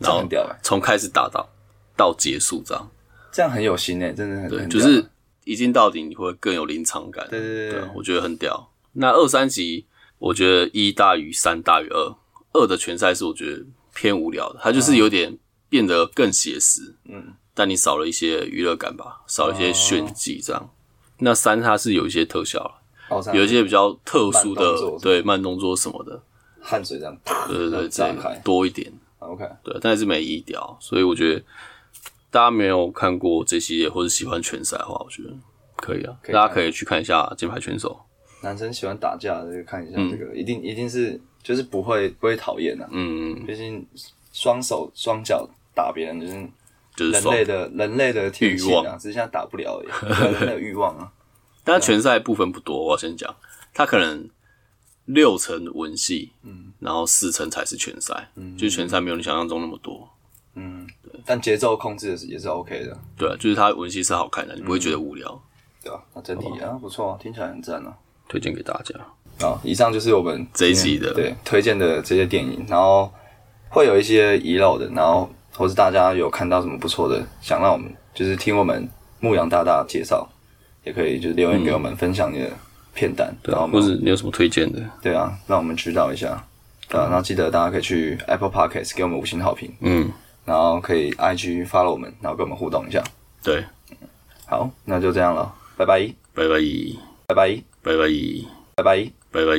Speaker 2: 这
Speaker 1: 然
Speaker 2: 样
Speaker 1: 后
Speaker 2: 很屌哎，
Speaker 1: 从开始打到到结束这样，
Speaker 2: 这样很有心哎，真的很
Speaker 1: 对，
Speaker 2: 很
Speaker 1: 就
Speaker 2: 屌
Speaker 1: 是一镜到底，你会更有临场感。
Speaker 2: 对对对
Speaker 1: 对，啊我觉得很屌。那二三集，我觉得一大于三大于二，二的拳赛是我觉得偏无聊的，它就是有点变得更写实，
Speaker 2: 嗯，哦
Speaker 1: 但你少了一些娱乐感吧，少一些炫技这样。那三它是有一些特效了。
Speaker 2: 好像
Speaker 1: 有一些比较特殊
Speaker 2: 啊慢动
Speaker 1: 的
Speaker 2: 作什么，的
Speaker 1: 对慢动作什么的，
Speaker 2: 汗水这样，
Speaker 1: 对对对，这
Speaker 2: 炸
Speaker 1: 个
Speaker 2: 开
Speaker 1: 多一点，
Speaker 2: OK，
Speaker 1: 对，但是没意屌，所以我觉得大家没有看过这系列或者喜欢拳赛的话，我觉得可以啊，
Speaker 2: 可以
Speaker 1: 大家
Speaker 2: 看
Speaker 1: 可以去看一下《金牌拳手
Speaker 2: 男生喜欢打架的，这个看一下这个，一定一定是就是不会不会讨厌的》，，啊
Speaker 1: 嗯，
Speaker 2: 毕竟双手双脚打别人，就是
Speaker 1: 就是
Speaker 2: 人
Speaker 1: 爽
Speaker 2: 类。的人类的天性
Speaker 1: 欲
Speaker 2: 啊，只是现在打不了而已，对人类的欲望
Speaker 1: <laughs>
Speaker 2: 啊，
Speaker 1: 但拳赛部分不多，我要先讲，它可能六成文戏，嗯，然后四成才是拳赛，嗯，就是拳赛没有你想象中那么多，
Speaker 2: 嗯，但节奏控制的是也是 OK 的，
Speaker 1: 对啊，就是它文戏是好看的，你不会觉得无聊，
Speaker 2: 对吧、那整体啊不错啊，听起来很赞啊。
Speaker 1: 推荐给大家。
Speaker 2: 好，以上就是我们
Speaker 1: 这一集
Speaker 2: 今天
Speaker 1: 的
Speaker 2: 对推荐的这些电影，然后会有一些遗漏的，然后或是大家有看到什么不错的，想让我们就是听我们牧羊大大介绍，也可以就是留言给我们分享你的片段，
Speaker 1: 嗯对
Speaker 2: 然后
Speaker 1: 啊，
Speaker 2: 我
Speaker 1: 或
Speaker 2: 们
Speaker 1: 者你有什么推荐的？
Speaker 2: 对啊，让我们知道一下。对啊，然后记得大家可以去 Apple Podcast 给我们五星好评，
Speaker 1: 嗯，
Speaker 2: 然后可以 IG follow 我们，然后跟我们互动一下。
Speaker 1: 对，
Speaker 2: 好，那就这样了，拜拜，
Speaker 1: 拜拜，
Speaker 2: 拜拜，
Speaker 1: 拜拜，
Speaker 2: 拜拜。
Speaker 1: 拜拜。